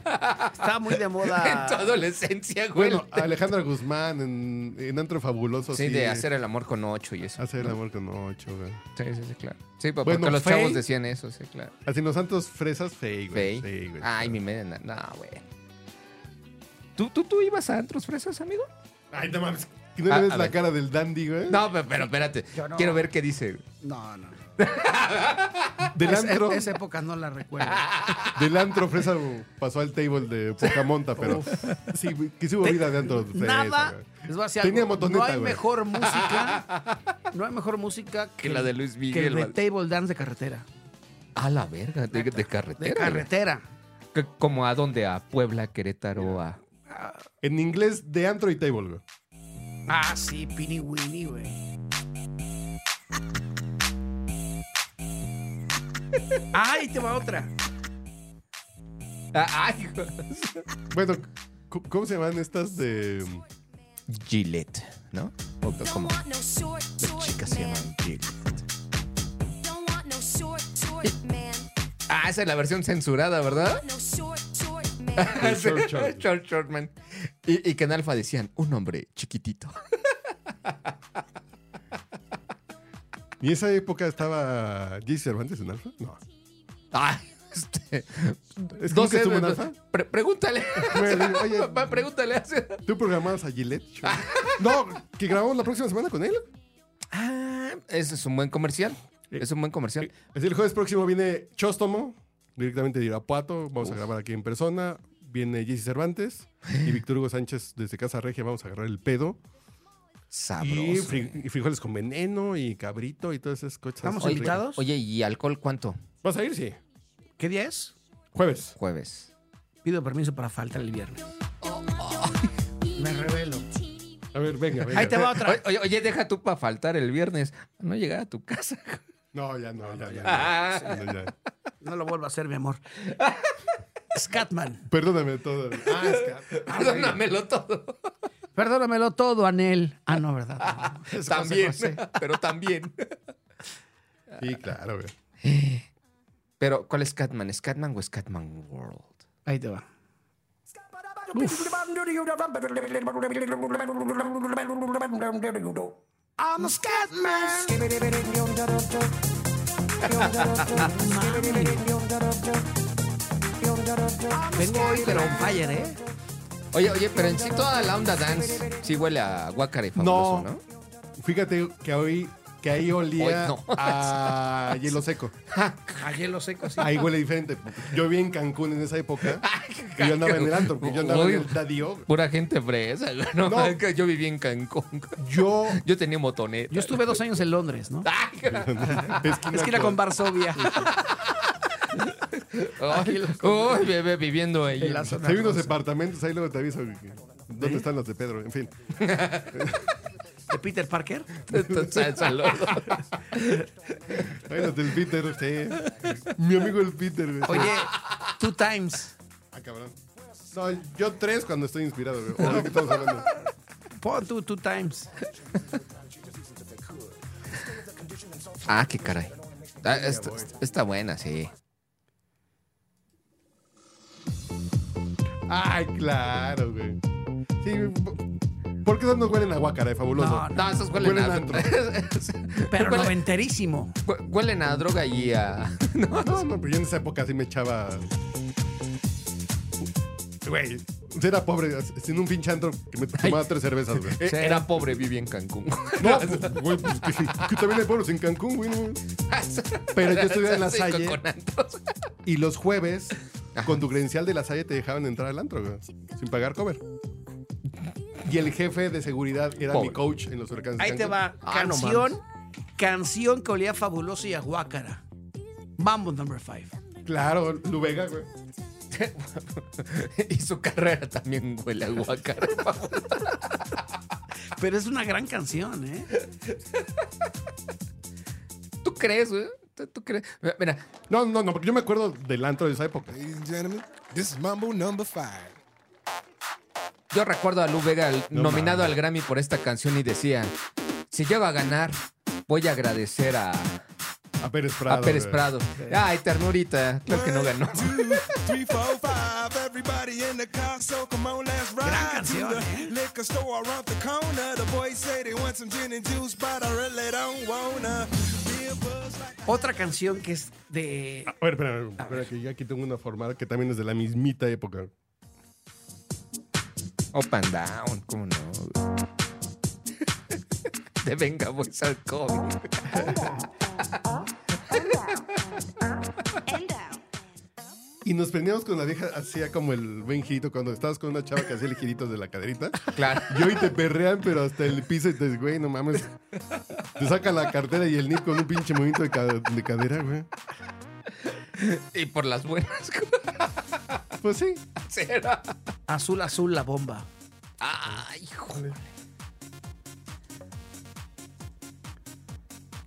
Speaker 8: Estaba muy de
Speaker 7: En tu
Speaker 8: moda.
Speaker 7: adolescencia, güey.
Speaker 6: Bueno, Alejandra Guzmán en, en Antro Fabuloso.
Speaker 7: sí, de hacer el amor con ocho y eso.
Speaker 6: hacer el amor con ocho, güey.
Speaker 7: Sí, sí, sí, claro. Sí, pa-
Speaker 6: Bueno,
Speaker 7: porque los
Speaker 6: Faye-
Speaker 7: chavos decían eso, sí, claro.
Speaker 6: Así en los santos fresas, fey, güey.
Speaker 7: Fey.
Speaker 6: Sí, güey.
Speaker 7: Ay, mi media. na- No, güey. ¿Tú, tú, ¿Tú ibas a antros fresas, amigo?
Speaker 6: Ay, no mames. ¿Y no
Speaker 7: Ah,
Speaker 6: le ves
Speaker 7: a
Speaker 6: la
Speaker 7: ver.
Speaker 6: cara del dandy, güey?
Speaker 7: No, pero, pero espérate.
Speaker 8: Yo no.
Speaker 7: Quiero ver qué dice.
Speaker 8: No, no.
Speaker 6: Del
Speaker 8: Es-
Speaker 6: antro,
Speaker 8: esa época no la recuerdo.
Speaker 6: del antro fresa güey, pasó al table de Pocamonta, pero sí, güey, que sí hubo vida de antro fresa.
Speaker 8: Nada.
Speaker 6: güey.
Speaker 8: Les voy a decir
Speaker 6: Tenía
Speaker 8: algo.
Speaker 6: motoneta,
Speaker 8: No hay
Speaker 6: güey.
Speaker 8: mejor música. No hay mejor música que,
Speaker 7: Que la de Luis
Speaker 8: Que
Speaker 7: Miguel,
Speaker 8: el de
Speaker 7: man.
Speaker 8: Table Dance de carretera.
Speaker 7: A la verga, de, de carretera.
Speaker 8: De carretera.
Speaker 7: güey. Que- ¿Como a dónde? ¿A Puebla, Querétaro? A...
Speaker 6: En inglés, de antro y table, güey.
Speaker 8: Ah, sí, Pini Winnie, güey. Ah, ¡Ay, te va otra!
Speaker 7: Ay,
Speaker 6: Bueno, c- ¿cómo se llaman estas de.
Speaker 7: Gillette, ¿no? O como.
Speaker 13: Las
Speaker 7: chicas se llaman Ah, esa es la versión censurada, ¿verdad?
Speaker 13: ¿Verdad?
Speaker 6: Short, short.
Speaker 7: Short, short, man. Y, y que en Alfa decían, un hombre chiquitito.
Speaker 6: ¿Y esa época estaba Jesse Cervantes en Alfa? No.
Speaker 7: Ah, este.
Speaker 6: ¿Es
Speaker 7: no
Speaker 6: como que
Speaker 7: sé,
Speaker 6: estuvo en
Speaker 7: no-
Speaker 6: Alfa?
Speaker 7: pre- pregúntale.
Speaker 6: Bueno, oye,
Speaker 7: Va, pregúntale.
Speaker 6: ¿tú programabas a Gillette? Chuy? no, que grabamos la próxima semana con él.
Speaker 7: Ah, ese es un buen comercial. Es un buen comercial.
Speaker 6: Es decir, el jueves próximo viene Chóstomo, directamente de Irapuato. Vamos a grabar aquí en persona. Viene Jesse Cervantes y Víctor Hugo Sánchez desde Casa Regia. Vamos a agarrar el pedo. Y,
Speaker 7: Sabroso.
Speaker 6: fri- y frijoles con veneno y cabrito y todas esas cosas.
Speaker 8: ¿Estamos
Speaker 6: Oye,
Speaker 8: invitados?
Speaker 7: Oye, ¿y alcohol cuánto?
Speaker 6: ¿Vas a ir? Sí.
Speaker 8: ¿Qué día es?
Speaker 6: Jueves.
Speaker 7: Jueves.
Speaker 8: Pido permiso para faltar el viernes. Me revelo.
Speaker 6: A ver, venga, venga.
Speaker 8: Ahí te va otra.
Speaker 7: Oye, oye, oye, deja tú para faltar el viernes. No llegar a tu casa.
Speaker 6: No, ya no, ya, ya.
Speaker 7: Ah.
Speaker 6: ya. No, ya.
Speaker 8: No lo vuelvo a hacer, mi amor. Scatman.
Speaker 6: Perdóname todo. Ah, es que-
Speaker 7: Perdónamelo todo.
Speaker 8: Perdónamelo todo, Anel. Ah, no, ¿verdad? Es José
Speaker 7: También.
Speaker 8: José.
Speaker 7: Pero también.
Speaker 6: Sí, claro, güey.
Speaker 7: Pero, ¿cuál es Catman? ¿Es Catman o es Catman World?
Speaker 8: Ahí te va.
Speaker 13: I'm a scat
Speaker 8: Vengo hoy, pero on fire, ¿eh?
Speaker 7: Oye, oye, pero en sí toda la onda dance sí huele a guácara y fabuloso,
Speaker 6: No.
Speaker 7: ¿no?
Speaker 6: Fíjate que hoy que ahí olía
Speaker 7: Hoy no.
Speaker 6: a hielo seco.
Speaker 8: A hielo seco, sí.
Speaker 6: Ahí huele diferente. Yo viví en Cancún en esa época y yo andaba en el antro, porque yo andaba en el dadío.
Speaker 7: Pura gente fresa. güey. No,
Speaker 6: No.
Speaker 7: es que yo viví en Cancún.
Speaker 6: Yo
Speaker 7: Yo tenía motoneta.
Speaker 8: Yo estuve dos años en Londres, ¿no?
Speaker 7: Ay,
Speaker 6: esquina,
Speaker 8: Esquina con Varsovia.
Speaker 7: ay, ay, bebé, viviendo ahí.
Speaker 8: En la zona
Speaker 6: Hay unos
Speaker 8: rosa.
Speaker 6: departamentos, ahí luego te aviso que- que- dónde están los de Pedro, en fin.
Speaker 8: ¿De Peter Parker?
Speaker 6: Ahí los del Peter, sí. Mi amigo el Peter. güey.
Speaker 8: Oye, Two Times.
Speaker 6: Ah, cabrón. No, yo tres cuando estoy inspirado, güey. ¿O de qué estamos hablando?
Speaker 8: Pon tú Two Times.
Speaker 7: Ah, qué caray. Ah, está, está buena, sí.
Speaker 6: Ay, claro, güey. Sí, ¿por qué esas no huelen a guácara, eh, fabuloso?
Speaker 8: No, no.
Speaker 7: No, esos huelen,
Speaker 6: Huelen
Speaker 7: a,
Speaker 6: a antro.
Speaker 8: Pero
Speaker 7: Huele-
Speaker 8: noventerísimo.
Speaker 7: hu- Huelen a droga y a.
Speaker 6: No, no, pero yo en esa época sí me echaba. Güey, era pobre, sin un pinche antro que me tomaba tres cervezas, güey.
Speaker 7: Eh, Era pobre, viví en Cancún.
Speaker 6: No, pues, güey, pues, que, que también hay pueblos en Cancún, güey. no. Pero yo estudiaba en La
Speaker 7: Sí, con-
Speaker 6: Salle.
Speaker 7: con antros.
Speaker 6: Y los jueves, con tu credencial de la Salle te dejaban entrar al antro, güey, sin pagar cover. Y el jefe de seguridad era
Speaker 7: Pobre.
Speaker 6: mi coach en los huracanes. de
Speaker 8: Ahí te
Speaker 6: Cancún.
Speaker 8: va.
Speaker 7: Ah, no
Speaker 8: Canción. Canción que olía fabuloso y a guácara. Mambo number five.
Speaker 6: Claro, Lubega, güey.
Speaker 7: y su carrera también huele a guacara.
Speaker 8: Pero es una gran canción, ¿eh?
Speaker 7: ¿Tú crees, güey? ¿Tú, tú crees? Mira,
Speaker 6: No, no, no, porque yo me acuerdo del antro de esa época.
Speaker 12: Ladies and gentlemen, this is Mambo number five.
Speaker 7: yo recuerdo a Lu Vega al-
Speaker 6: No
Speaker 7: nominado
Speaker 6: mames.
Speaker 7: al Grammy por esta canción y decía: Si llego a ganar, voy a agradecer a, a
Speaker 6: A Pérez Prado.
Speaker 7: Pérez
Speaker 6: güey.
Speaker 7: Prado. Ay, ternurita. Claro
Speaker 8: Eh.
Speaker 7: que no ganó.
Speaker 12: Two, three, four, five. Everybody in the car, so come on, let's ride to
Speaker 8: canción,
Speaker 12: the
Speaker 8: eh.
Speaker 12: liquor store around the corner. The boys say they want some gin and juice, but I really don't wanna. Be a buzz like
Speaker 8: Otra canción que es de.
Speaker 6: A ver, espera, espera, que yo aquí tengo una formal que también es de la mismita época.
Speaker 7: Up and down, ¿cómo no? güey? De venga, voy al cómic.
Speaker 6: Y nos prendíamos con la vieja, hacía como el buen girito cuando estabas con una chava que hacía el girito de la caderita.
Speaker 7: Claro.
Speaker 6: Y hoy te perrean, pero hasta el piso y te dices, güey, no mames. Te saca la cartera y el nip con un pinche movimiento de, ca- de cadera, güey.
Speaker 7: Y por las buenas, ¿cómo
Speaker 6: Pues sí.
Speaker 7: será?
Speaker 8: Azul, azul, la bomba.
Speaker 7: Ay, hijo.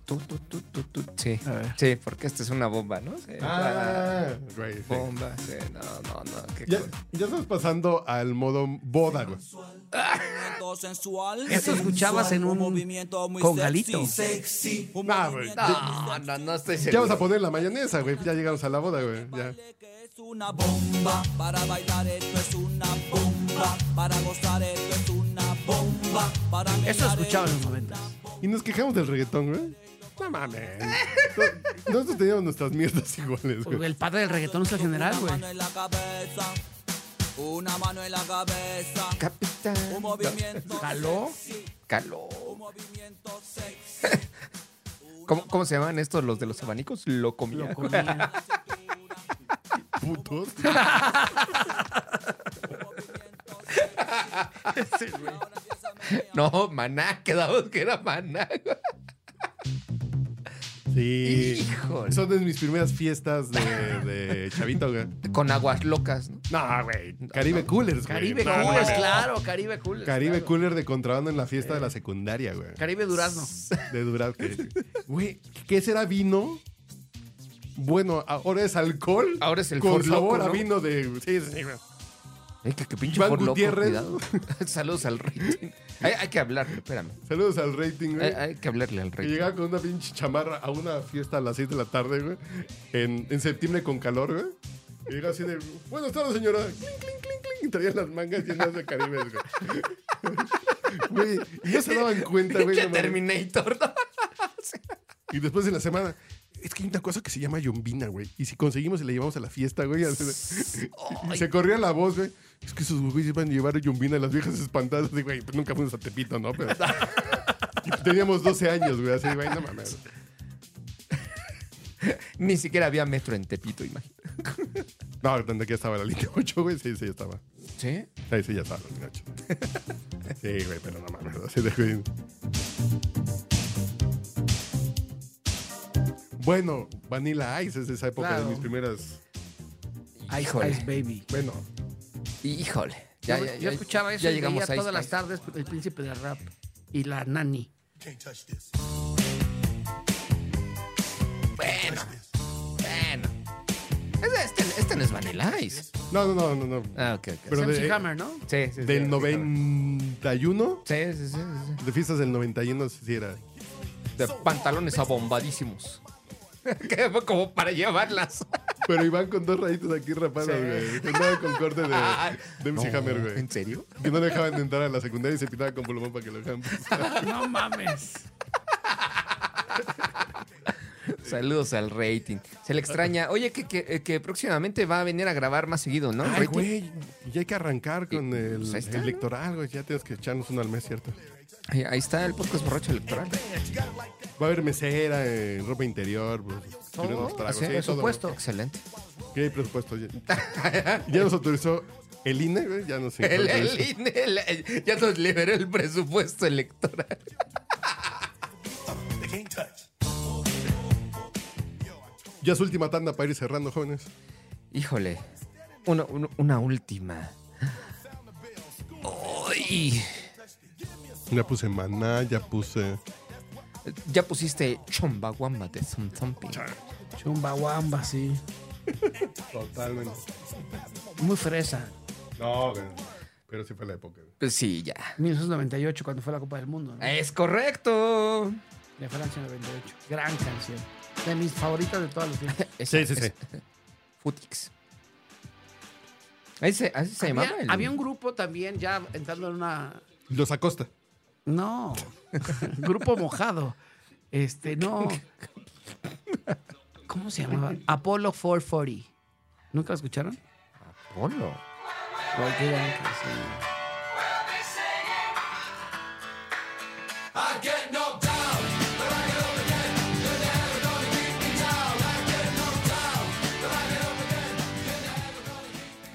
Speaker 7: Tu, tu, tu, tu, tu. Sí, sí, porque esta es una bomba, ¿no? Sí,
Speaker 6: Ah,
Speaker 7: la-
Speaker 6: güey, sí.
Speaker 7: Bomba, sí. No, no, no. qué
Speaker 6: Ya,
Speaker 7: cosa.
Speaker 6: ya estás pasando al modo boda, güey.
Speaker 13: Movimiento sensual.
Speaker 8: Esto escuchabas en un
Speaker 13: movimiento muy
Speaker 8: congalito.
Speaker 13: Sexy, sexy. Un
Speaker 6: Nah, Ah, güey.
Speaker 13: movimiento
Speaker 7: No, Ah, no, no estoy
Speaker 6: Ya
Speaker 7: seguro.
Speaker 6: vamos a poner la mayonesa, güey. Pues Ya llegamos a la boda, güey. Ya.
Speaker 13: es una bomba. Para bailar esto es una bomba. Para gozar esto es una bomba. Para
Speaker 8: Esto
Speaker 13: menear
Speaker 8: escuchaba en los 90.
Speaker 6: Y nos quejamos del reggaetón, güey. No mames. No- Nosotros teníamos nuestras mierdas iguales, güey.
Speaker 8: El padre del reggaetón es el general, güey.
Speaker 13: en la cabeza. Una mano en la cabeza.
Speaker 7: Capitán.
Speaker 13: Un movimiento.
Speaker 8: ¿Caló?
Speaker 13: sexy,
Speaker 7: Caló.
Speaker 13: Un movimiento sexy.
Speaker 7: ¿Cómo, cómo se llaman estos, los de los abanicos? Lo comía.
Speaker 8: Lo comía.
Speaker 6: Putos.
Speaker 7: no, maná, quedamos que era maná.
Speaker 6: Sí.
Speaker 7: Híjole.
Speaker 6: Son de mis primeras fiestas de, de chavito, güey.
Speaker 7: Con aguas locas, ¿no?
Speaker 6: No, güey. Caribe Coolers, güey.
Speaker 8: Caribe
Speaker 6: No,
Speaker 8: Coolers,
Speaker 6: mames.
Speaker 8: claro, Caribe Coolers.
Speaker 6: Caribe
Speaker 8: claro.
Speaker 6: Cooler de contrabando en la fiesta de la secundaria, güey.
Speaker 8: Caribe Durazno.
Speaker 6: De Durazno. Güey, ¿qué será vino? Bueno, ahora es alcohol.
Speaker 7: Ahora es el
Speaker 6: Con
Speaker 7: Ford Loco,
Speaker 6: sabor a
Speaker 7: ¿no?
Speaker 6: vino de. Sí, sí, sí, güey.
Speaker 7: Ay, que, que pinche
Speaker 6: Iván
Speaker 7: Ford loco,
Speaker 6: Gutiérrez.
Speaker 7: cuidado. Saludos al rating. Hay, hay que hablarle, espérame.
Speaker 6: Saludos al rating, güey.
Speaker 7: Hay, hay que hablarle Eh, al
Speaker 6: Que
Speaker 7: rating.
Speaker 6: llegaba con una pinche chamarra a una fiesta a las 6 de la tarde, güey. En, en septiembre con calor, güey. Y llega así de. Buenas tardes, señora. Cling, cling, cling, cling. Y traía las mangas llenas de caribes, güey. Güey, y no se daban cuenta, güey.
Speaker 7: Pinche
Speaker 6: no mames.
Speaker 7: Terminator. ¿no?
Speaker 6: Y después de la semana. Es que hay una cosa que se llama yombina, güey. Y si conseguimos y la llevamos a la fiesta, güey. así de- y se corría la voz, güey. Es que esos güeyes iban a llevar yombina a las viejas espantadas. Y, güey, pues nunca fuimos a Tepito, ¿no? Pero. Teníamos 12 años, güey. Así, güey, no mames.
Speaker 7: Ni siquiera había metro en Tepito, imagínate.
Speaker 6: No, donde aquí estaba la línea 8, güey. Sí, sí, ya estaba.
Speaker 7: ¿Sí?
Speaker 6: Ahí sí, ya estaba la línea 8. Sí, güey, pero no mames. así de, güey. Bueno, Vanilla Ice es de esa época
Speaker 8: Claro.
Speaker 6: de mis primeras.
Speaker 8: Ice,
Speaker 7: Híjole.
Speaker 8: Ice Baby.
Speaker 6: Bueno,
Speaker 7: Híjole.
Speaker 8: yo, yo escuchaba eso
Speaker 7: Ya
Speaker 8: y
Speaker 7: llegamos
Speaker 8: veía
Speaker 7: a Ice
Speaker 8: todas las
Speaker 7: Spice.
Speaker 8: tardes el príncipe del rap y la nani.
Speaker 7: Bueno. Bueno. Es- Este, este no es Vanilla Ice.
Speaker 6: no, no, no, no. no.
Speaker 7: Ah, ok, ok.
Speaker 6: Pero
Speaker 8: MC
Speaker 6: de-
Speaker 8: Hammer, ¿no?
Speaker 7: sí, sí, sí,
Speaker 6: Del
Speaker 7: sí,
Speaker 6: 91,
Speaker 7: Sí, sí, sí, sí.
Speaker 6: de fiestas del 91, sí sí era.
Speaker 7: sí. De pantalones abombadísimos. Que fue como para llevarlas.
Speaker 6: Pero iban con dos rayitas aquí rapadas,
Speaker 7: Sí.
Speaker 6: güey. Andaban con corte de, de MC
Speaker 7: No,
Speaker 6: Hammer, güey.
Speaker 7: ¿En serio?
Speaker 6: Que no dejaban de entrar a la secundaria y se pintaba con plumón para que lo dejaran pasar.
Speaker 8: No mames.
Speaker 7: Saludos al rating. Se le extraña. Oye, que, eh, que- que próximamente va a venir a grabar más seguido, ¿no?
Speaker 6: Ay,
Speaker 7: Rating.
Speaker 6: güey, ya hay que arrancar con
Speaker 7: Y-
Speaker 6: el,
Speaker 7: pues ahí está,
Speaker 6: el
Speaker 7: ¿no?
Speaker 6: electoral, güey. Ya tienes que echarnos uno al mes, ¿cierto?
Speaker 7: Ahí ahí está el podcast borracho electoral.
Speaker 6: Va a haber mesera, eh, ropa interior, pues, tirarnos tragos,
Speaker 7: Así,
Speaker 6: sí,
Speaker 7: por
Speaker 6: todo.
Speaker 7: supuesto. Excelente.
Speaker 6: Que hay presupuesto. Ya, Ya nos autorizó el INE, güey. Ya nos
Speaker 7: El, E.
Speaker 6: autorizó.
Speaker 7: el INE, el- ya nos liberó el presupuesto electoral.
Speaker 6: Ya su última tanda para ir cerrando, jóvenes.
Speaker 7: Híjole. Una, una- una última. Ay.
Speaker 6: Ya puse maná, ya puse...
Speaker 7: Ya pusiste Chombaguamba de Zum Zampi.
Speaker 8: Chumbawamba, sí.
Speaker 6: Totalmente.
Speaker 8: Muy fresa.
Speaker 6: No, güey. Pero sí fue la época. güey.
Speaker 7: Pues sí, ya.
Speaker 8: 1998, cuando fue la Copa del Mundo, ¿no?
Speaker 7: Es correcto.
Speaker 8: De Francia 98. Gran canción. De mis favoritas de todos los tiempos.
Speaker 7: Esa-
Speaker 6: Sí, sí, sí.
Speaker 7: esa. Futix. Ahí se, así se llamaba.
Speaker 8: había,
Speaker 7: el-
Speaker 8: había un grupo también, ya entrando en una.
Speaker 6: Los Acosta.
Speaker 8: No. grupo mojado. Este, no. ¿Cómo se llamaba? Apollo 440. ¿Nunca lo escucharon?
Speaker 7: Polo.
Speaker 8: Cualquier canción.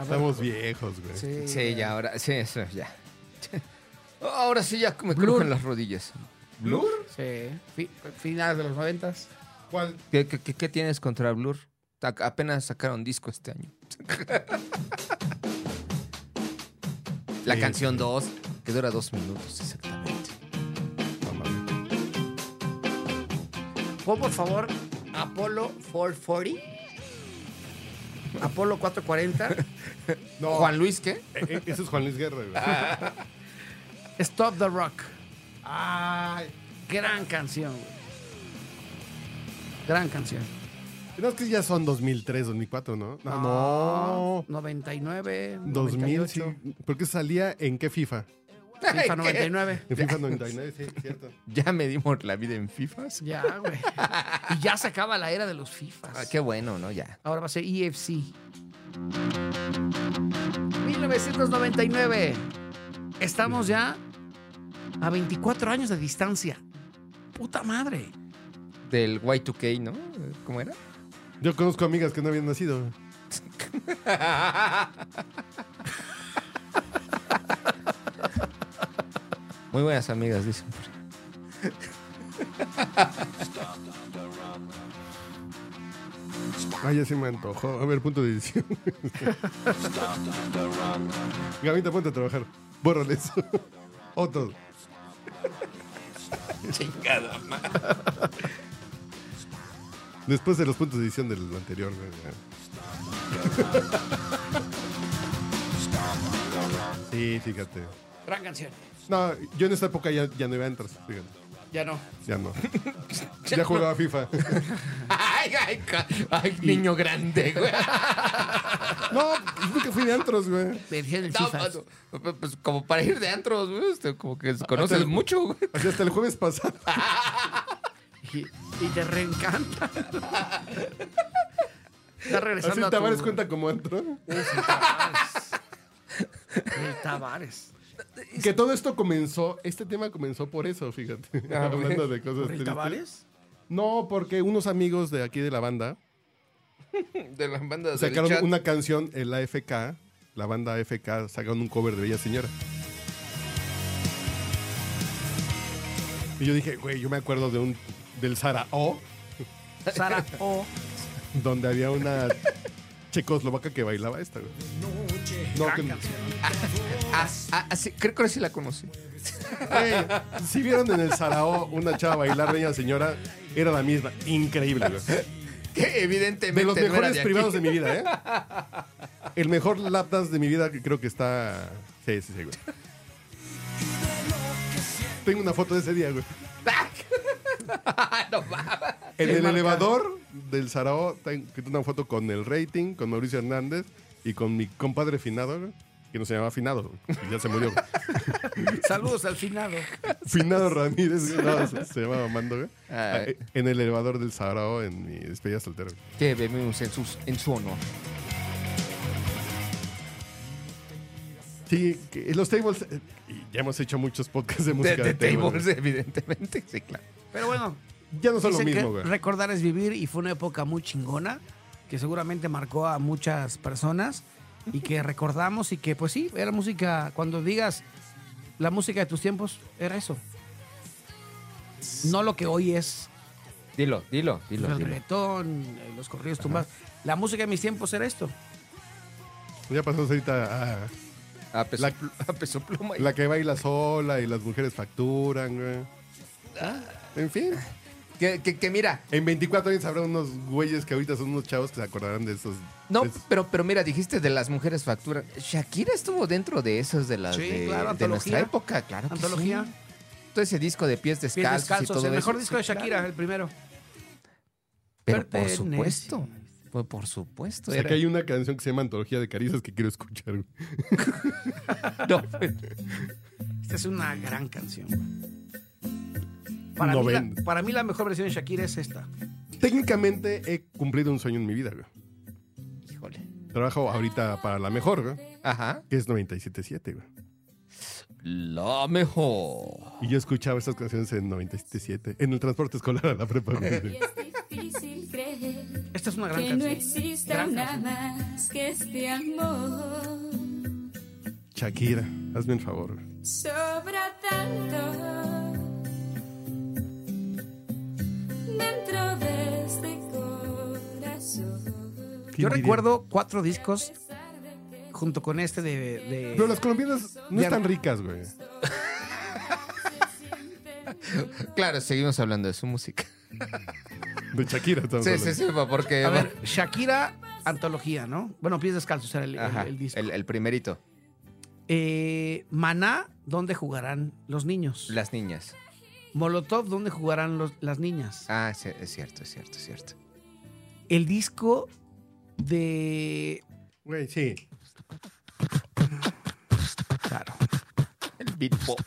Speaker 6: Estamos viejos, güey.
Speaker 8: Sí,
Speaker 7: Sí, ya, ahora. Sí, eso, ya. Ahora sí, ya me crujen las rodillas.
Speaker 6: ¿Blur?
Speaker 8: Sí. Fi- Finales de los noventas.
Speaker 6: ¿Cuál?
Speaker 7: ¿Qué, qué- qué- qué tienes contra Blur? Ac- Apenas sacaron disco este año. La
Speaker 6: Sí,
Speaker 7: canción 2, que dura dos minutos exactamente.
Speaker 15: Pon por favor Apolo 440. Apolo 440.
Speaker 7: Juan Luis, ¿qué?
Speaker 6: Eh, Ese es Juan Luis Guerra. güey.
Speaker 8: Stop the Rock. Gran canción, güey. Gran canción.
Speaker 6: No, es que ya son 2003, 2004, ¿no? No, no.
Speaker 8: 99.
Speaker 6: 2000, sí. Porque salía en qué FIFA?
Speaker 8: FIFA 99.
Speaker 6: En FIFA 99, sí, cierto.
Speaker 7: Ya medimos la vida en FIFAs.
Speaker 8: Ya, güey. Y ya se acaba la era de los FIFAs.
Speaker 7: Ah, qué bueno, ¿no? Ya.
Speaker 8: Ahora va a ser E EFC. 1999. Estamos ya a 24 años de distancia. Puta madre.
Speaker 7: Del Y2K, ¿no? ¿Cómo era?
Speaker 6: Yo conozco amigas que no habían nacido.
Speaker 7: Muy buenas amigas, dicen.
Speaker 6: Ay, ya se me antojó. A ver, punto de edición. Gavita, ponte a trabajar. Bórrale eso. Otro.
Speaker 7: Chingada madre.
Speaker 6: Después de los puntos de edición del anterior. güey, ya. Sí, fíjate.
Speaker 8: Gran canción.
Speaker 6: No, yo en esta época ya, ya no iba a entrar. Fíjate.
Speaker 8: Ya no.
Speaker 6: Ya no. Ya jugaba FIFA.
Speaker 7: Ay, ay, ca- ay, niño grande, güey.
Speaker 6: No, pues, nunca fui de antros, güey.
Speaker 8: Me decían el
Speaker 7: No, no, pues como para ir de antros, güey. este, como que conoces
Speaker 6: Hasta el-
Speaker 7: mucho, güey.
Speaker 6: Hasta el jueves pasado.
Speaker 8: Y, y te reencanta. Está
Speaker 6: Así
Speaker 8: regresando a
Speaker 6: Tavares
Speaker 8: tu-
Speaker 6: cuenta como antro.
Speaker 8: El Tavares.
Speaker 6: Que todo esto comenzó, este tema comenzó por eso, fíjate.
Speaker 7: Ah, güey.
Speaker 6: Hablando de cosas
Speaker 8: ¿Por el
Speaker 6: tristes.
Speaker 8: Tavares?
Speaker 6: No, porque unos amigos de aquí de la banda
Speaker 7: De las bandas del
Speaker 6: sacaron
Speaker 7: chat.
Speaker 6: una canción, el AFK, la banda AFK, sacaron un cover de Bella Señora. Y yo dije, güey, yo me acuerdo de un del Sara O,
Speaker 8: Sara O.
Speaker 6: donde había una checoslovaca que bailaba esta, güey. No, que-
Speaker 7: Ah, ah, ah, sí, creo que sí la conocí.
Speaker 6: Güey, si vieron en el Sarao una chava bailar bella señora, era la misma. Increíble, güey.
Speaker 7: Que evidentemente
Speaker 6: De los
Speaker 7: no era
Speaker 6: mejores
Speaker 7: de aquí.
Speaker 6: privados de mi vida, ¿eh? El mejor lap dance de mi vida que creo que está. Sí, sí, sí, güey. Tengo una foto de ese día, güey.
Speaker 7: no mames.
Speaker 6: En
Speaker 8: ¿Qué
Speaker 6: el
Speaker 8: marca?
Speaker 6: elevador del Sarao tengo una foto con el rating, con Mauricio Hernández y con mi compadre Finado, güey, que no se llamaba Finado, güey, y ya se murió. güey.
Speaker 8: Saludos al finado.
Speaker 6: Finado Ramírez, güey, no, se, se llamaba Mando, güey. Eh,
Speaker 7: Ay.
Speaker 6: En el elevador del Sarao en mi despedida soltera. güey.
Speaker 7: Que bebemos en, sus, en su honor.
Speaker 6: Sí, que los tables. eh, y ya hemos hecho muchos podcasts de
Speaker 7: De,
Speaker 6: música.
Speaker 7: de
Speaker 6: table,
Speaker 7: tables, eh.
Speaker 6: güey.
Speaker 7: evidentemente. Sí, claro.
Speaker 8: Pero bueno,
Speaker 6: Ya no son lo
Speaker 8: dicen que
Speaker 6: mismo, güey.
Speaker 8: recordar es vivir y fue una época muy chingona que seguramente marcó a muchas personas y que recordamos y que pues sí, era música, cuando digas la música de tus tiempos, era eso. No lo que hoy es
Speaker 7: Dilo, dilo, dilo.
Speaker 8: el
Speaker 7: dilo.
Speaker 8: reggaetón, eh, los corridos tumbados. La música de mis tiempos era esto.
Speaker 6: Ya pasamos ahorita a
Speaker 7: A peso,
Speaker 6: La-
Speaker 7: a peso pluma.
Speaker 6: la que baila sola y las mujeres facturan, güey.
Speaker 7: Ah.
Speaker 6: En fin,
Speaker 7: Que, que- que mira,
Speaker 6: en 24 años habrá unos güeyes que ahorita son unos chavos que se acordarán de esos.
Speaker 7: no,
Speaker 6: de esos-
Speaker 7: pero, pero mira, dijiste de las mujeres facturan. Shakira estuvo dentro de esas de las
Speaker 8: Sí,
Speaker 7: de,
Speaker 8: claro,
Speaker 7: de nuestra
Speaker 8: antología.
Speaker 7: época, claro. que
Speaker 8: Antología.
Speaker 7: sí. Todo ese disco de pies
Speaker 8: Pies
Speaker 7: descalzos, y
Speaker 8: descalzos,
Speaker 7: todo
Speaker 8: el
Speaker 7: eso.
Speaker 8: mejor disco de
Speaker 7: Sí, claro.
Speaker 8: Shakira, el primero.
Speaker 7: Pero por
Speaker 8: Pertenece.
Speaker 7: supuesto. Pues por supuesto.
Speaker 6: O sea,
Speaker 7: era-
Speaker 6: que hay una canción que se llama Antología de Caricias que quiero escuchar. güey.
Speaker 7: No,
Speaker 8: Esta es una gran canción. Para,
Speaker 6: No
Speaker 8: mí la,
Speaker 6: vende.
Speaker 8: para mí la mejor versión de Shakira es esta.
Speaker 6: Técnicamente he cumplido un sueño en mi vida, güey.
Speaker 7: híjole.
Speaker 6: Trabajo ahorita para la mejor, güey,
Speaker 7: Ajá.
Speaker 6: que es 97.7, güey.
Speaker 7: La mejor.
Speaker 6: Y yo escuchaba estas canciones en 97.7, en el transporte escolar a la prepa. güey.
Speaker 16: difícil creer
Speaker 8: Esta es una gran
Speaker 16: que no
Speaker 8: canción.
Speaker 16: exista
Speaker 8: Gran
Speaker 16: nada
Speaker 8: canción.
Speaker 16: más que este amor.
Speaker 6: Shakira, hazme un favor. güey.
Speaker 16: Sobra tanto dentro de este corazón.
Speaker 6: Qué
Speaker 8: Yo
Speaker 6: envidia.
Speaker 8: recuerdo cuatro discos junto con este de. de-
Speaker 6: Pero las colombianas no
Speaker 8: de-
Speaker 6: están ricas, güey.
Speaker 7: Claro, seguimos hablando de su música.
Speaker 6: De Shakira estamos
Speaker 7: Sí, sí,
Speaker 6: hablando.
Speaker 7: sí, pa- porque.
Speaker 12: A ver, Shakira, antología, ¿no? Bueno, pies descalzos era el, el-
Speaker 7: Ajá,
Speaker 12: el disco.
Speaker 7: el, el primerito.
Speaker 12: Eh, Maná, ¿dónde jugarán los niños?
Speaker 7: Las niñas.
Speaker 12: Molotov, ¿dónde jugarán los- las niñas?
Speaker 7: Ah, sí, es cierto, es cierto, es cierto.
Speaker 12: El disco de.
Speaker 6: Güey, sí.
Speaker 12: Claro.
Speaker 7: El beat pop.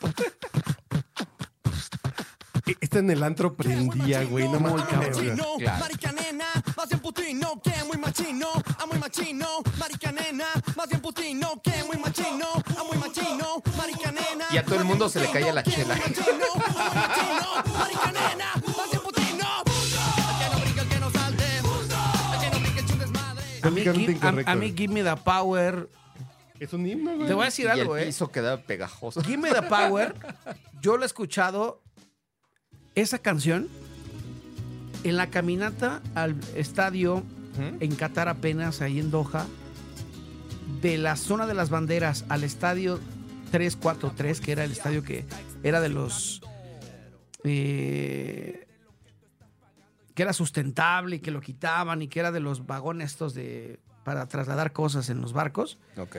Speaker 6: E, Está en el antro prendía, güey. No
Speaker 17: muy
Speaker 6: mames.
Speaker 17: machino,
Speaker 6: Claro.
Speaker 17: marica nena, más bien putino, que muy machino, a muy machino, marica nena, más bien putino, que muy machino, a muy machino, marica nena.
Speaker 7: Y a todo el mundo se le caía la chela.
Speaker 12: A mí,
Speaker 6: Políticamente
Speaker 12: give, a-
Speaker 6: incorrecto.
Speaker 12: a mí Give Me the Power.
Speaker 6: Es un himno, güey.
Speaker 12: Te voy a decir
Speaker 7: Y
Speaker 12: algo,
Speaker 7: el
Speaker 12: ¿eh?
Speaker 7: piso quedaba pegajoso.
Speaker 12: Give Me the Power. Yo lo he escuchado. Esa canción. En la caminata al estadio. En Qatar apenas, ahí en Doha. De la zona de las banderas al estadio 343, que era el estadio que era de los. eh, que era sustentable y que lo quitaban y que era de los vagones estos de para trasladar cosas en los barcos
Speaker 7: Ok.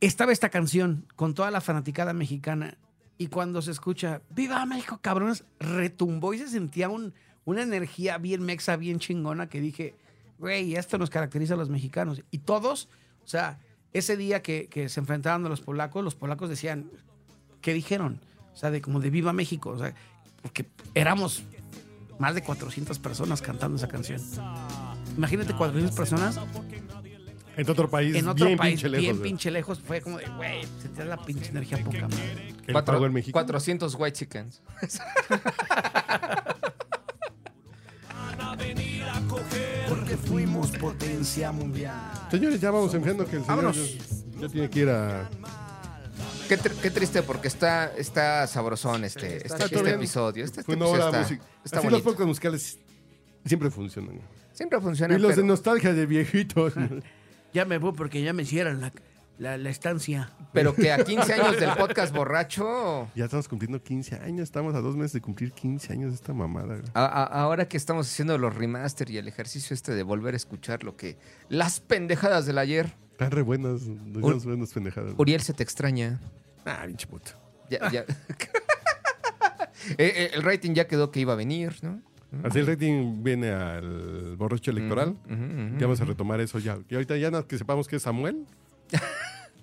Speaker 12: estaba esta canción con toda la fanaticada mexicana y cuando se escucha ¡Viva México, cabrones! retumbó y se sentía un- una energía bien mexa, bien chingona que dije, güey, esto nos caracteriza a los mexicanos. Y todos, o sea, ese día que, que se enfrentaban a los polacos, los polacos decían, ¿qué dijeron? O sea, de como de Viva México, o sea, porque éramos más de 400 personas cantando esa canción. Imagínate 400 personas
Speaker 6: En otro país,
Speaker 12: en otro
Speaker 6: bien
Speaker 12: país
Speaker 6: pinche lejos.
Speaker 12: bien
Speaker 6: güey.
Speaker 12: pinche lejos fue como de, güey, sentías la pinche energía poca madre.
Speaker 6: El
Speaker 7: Cuatro-
Speaker 6: pago en México.
Speaker 7: 400 white chickens.
Speaker 12: Porque fuimos potencia mundial.
Speaker 6: Señores, ya vamos enfriando que el señor ya, ya tiene que ir a...
Speaker 7: Qué, tr- qué triste, porque está, está sabrosón este, este,
Speaker 6: todo
Speaker 7: este
Speaker 6: bien.
Speaker 7: episodio. Este, este
Speaker 6: Fue una
Speaker 7: episodio
Speaker 6: hora
Speaker 7: está,
Speaker 6: musical.
Speaker 7: está
Speaker 6: Así los
Speaker 7: bonito.
Speaker 6: podcasts musicales siempre funcionan.
Speaker 7: Siempre funciona.
Speaker 6: Y los de
Speaker 7: pero-
Speaker 6: nostalgia de viejitos.
Speaker 12: Ya me voy porque ya me hicieron la, la, la estancia.
Speaker 7: Pero que a 15 años del podcast borracho.
Speaker 6: ya estamos cumpliendo 15 años. Estamos a dos meses de cumplir 15 años de esta mamada. güey.
Speaker 7: a- a- ahora que estamos haciendo los remaster y el ejercicio este de volver a escuchar lo que. Las pendejadas del ayer.
Speaker 6: Están re buenas. Nos
Speaker 7: Ur-
Speaker 6: llevamos buenas pendejadas. güey.
Speaker 7: Uriel se te extraña.
Speaker 6: Ah, pinche puto.
Speaker 7: Ya, ya. Eh, eh, el rating ya quedó que iba a venir, ¿no?
Speaker 6: Así el rating viene al borracho electoral. Ya vamos a retomar eso ya. Y ahorita ya nada que sepamos que es Samuel.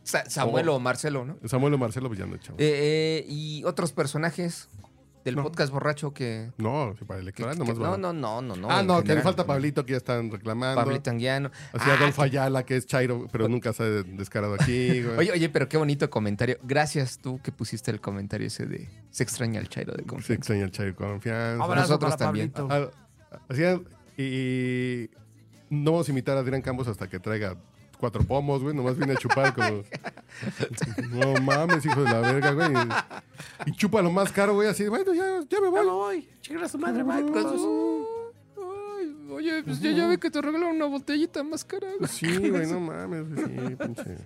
Speaker 7: Sa- Samuel
Speaker 6: Oh.
Speaker 7: o Marcelo, ¿no?
Speaker 6: Samuel o Marcelo, pues ya no, chavo.
Speaker 7: Eh, eh, y otros personajes del podcast borracho que.
Speaker 6: no, sí, para el
Speaker 7: que-
Speaker 6: electoral
Speaker 7: que-
Speaker 6: nomás.
Speaker 7: no,
Speaker 6: va.
Speaker 7: no, no, no, no.
Speaker 6: ah,
Speaker 7: en
Speaker 6: no, que le
Speaker 7: general.
Speaker 6: falta Pablito, que ya están reclamando.
Speaker 7: Pablito Anguiano.
Speaker 6: Así
Speaker 7: Ah,
Speaker 6: Adolfo Ayala, que es Chairo, pero nunca se ha descarado aquí. güey.
Speaker 7: Oye, oye, pero qué bonito comentario. Gracias tú que pusiste el comentario ese de se extraña el Chairo de
Speaker 6: Se
Speaker 7: confianza.
Speaker 6: extraña el Chairo con confianza.
Speaker 12: Abrazo
Speaker 7: Nosotros
Speaker 12: para
Speaker 7: también.
Speaker 12: Pablito.
Speaker 6: Ah, así es, y no vamos a imitar a Adrián Campos hasta que traiga cuatro pomos, güey. Nomás viene a chupar como... No mames, hijo de la verga, güey. Y chupa lo más caro, güey. Así, bueno, ya, ya me
Speaker 12: Ya
Speaker 6: voy.
Speaker 12: me voy. Chingar a su madre, bye.
Speaker 7: Ah. Oye, pues ya, ya ve que te regalan una botellita más cara.
Speaker 6: Sí, güey, no mames. güey, Sí, pinche.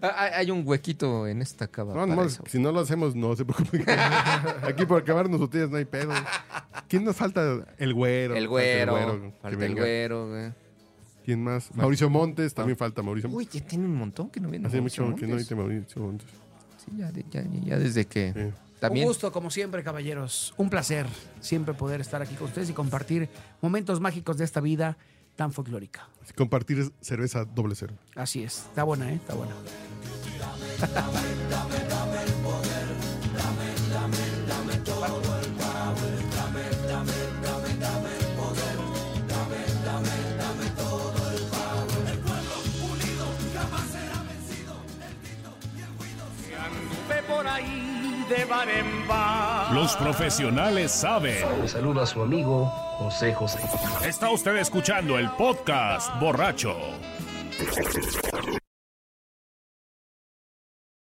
Speaker 7: Ah, Hay hay un huequito en esta cava.
Speaker 6: No,
Speaker 7: para
Speaker 6: nomás,
Speaker 7: eso.
Speaker 6: si no lo hacemos, no se preocupen. Aquí por acabarnos ustedes no hay pedo. ¿Quién nos falta? El güero.
Speaker 7: El güero.
Speaker 6: Falta el güero. que
Speaker 7: Falta el
Speaker 6: venga.
Speaker 7: güero, güey.
Speaker 6: ¿Quién más? Mauricio Montes, también falta Mauricio Montes.
Speaker 7: Uy, ya tiene un montón que no viene.
Speaker 6: Hace
Speaker 7: Mauricio
Speaker 6: mucho que no
Speaker 7: Montes.
Speaker 6: viste Mauricio Montes.
Speaker 7: Sí, ya, de- ya- ya desde que.
Speaker 6: Sí.
Speaker 7: También.
Speaker 12: Un gusto, como siempre, caballeros. Un placer siempre poder estar aquí con ustedes y compartir momentos mágicos de esta vida tan folclórica.
Speaker 6: Compartir cerveza doble cero.
Speaker 12: Así es. Está buena, ¿eh? Está buena.
Speaker 18: Ve por ahí de bar en bar.
Speaker 2: Los profesionales saben.
Speaker 16: Le saluda a su amigo José José.
Speaker 2: Está usted escuchando el podcast borracho.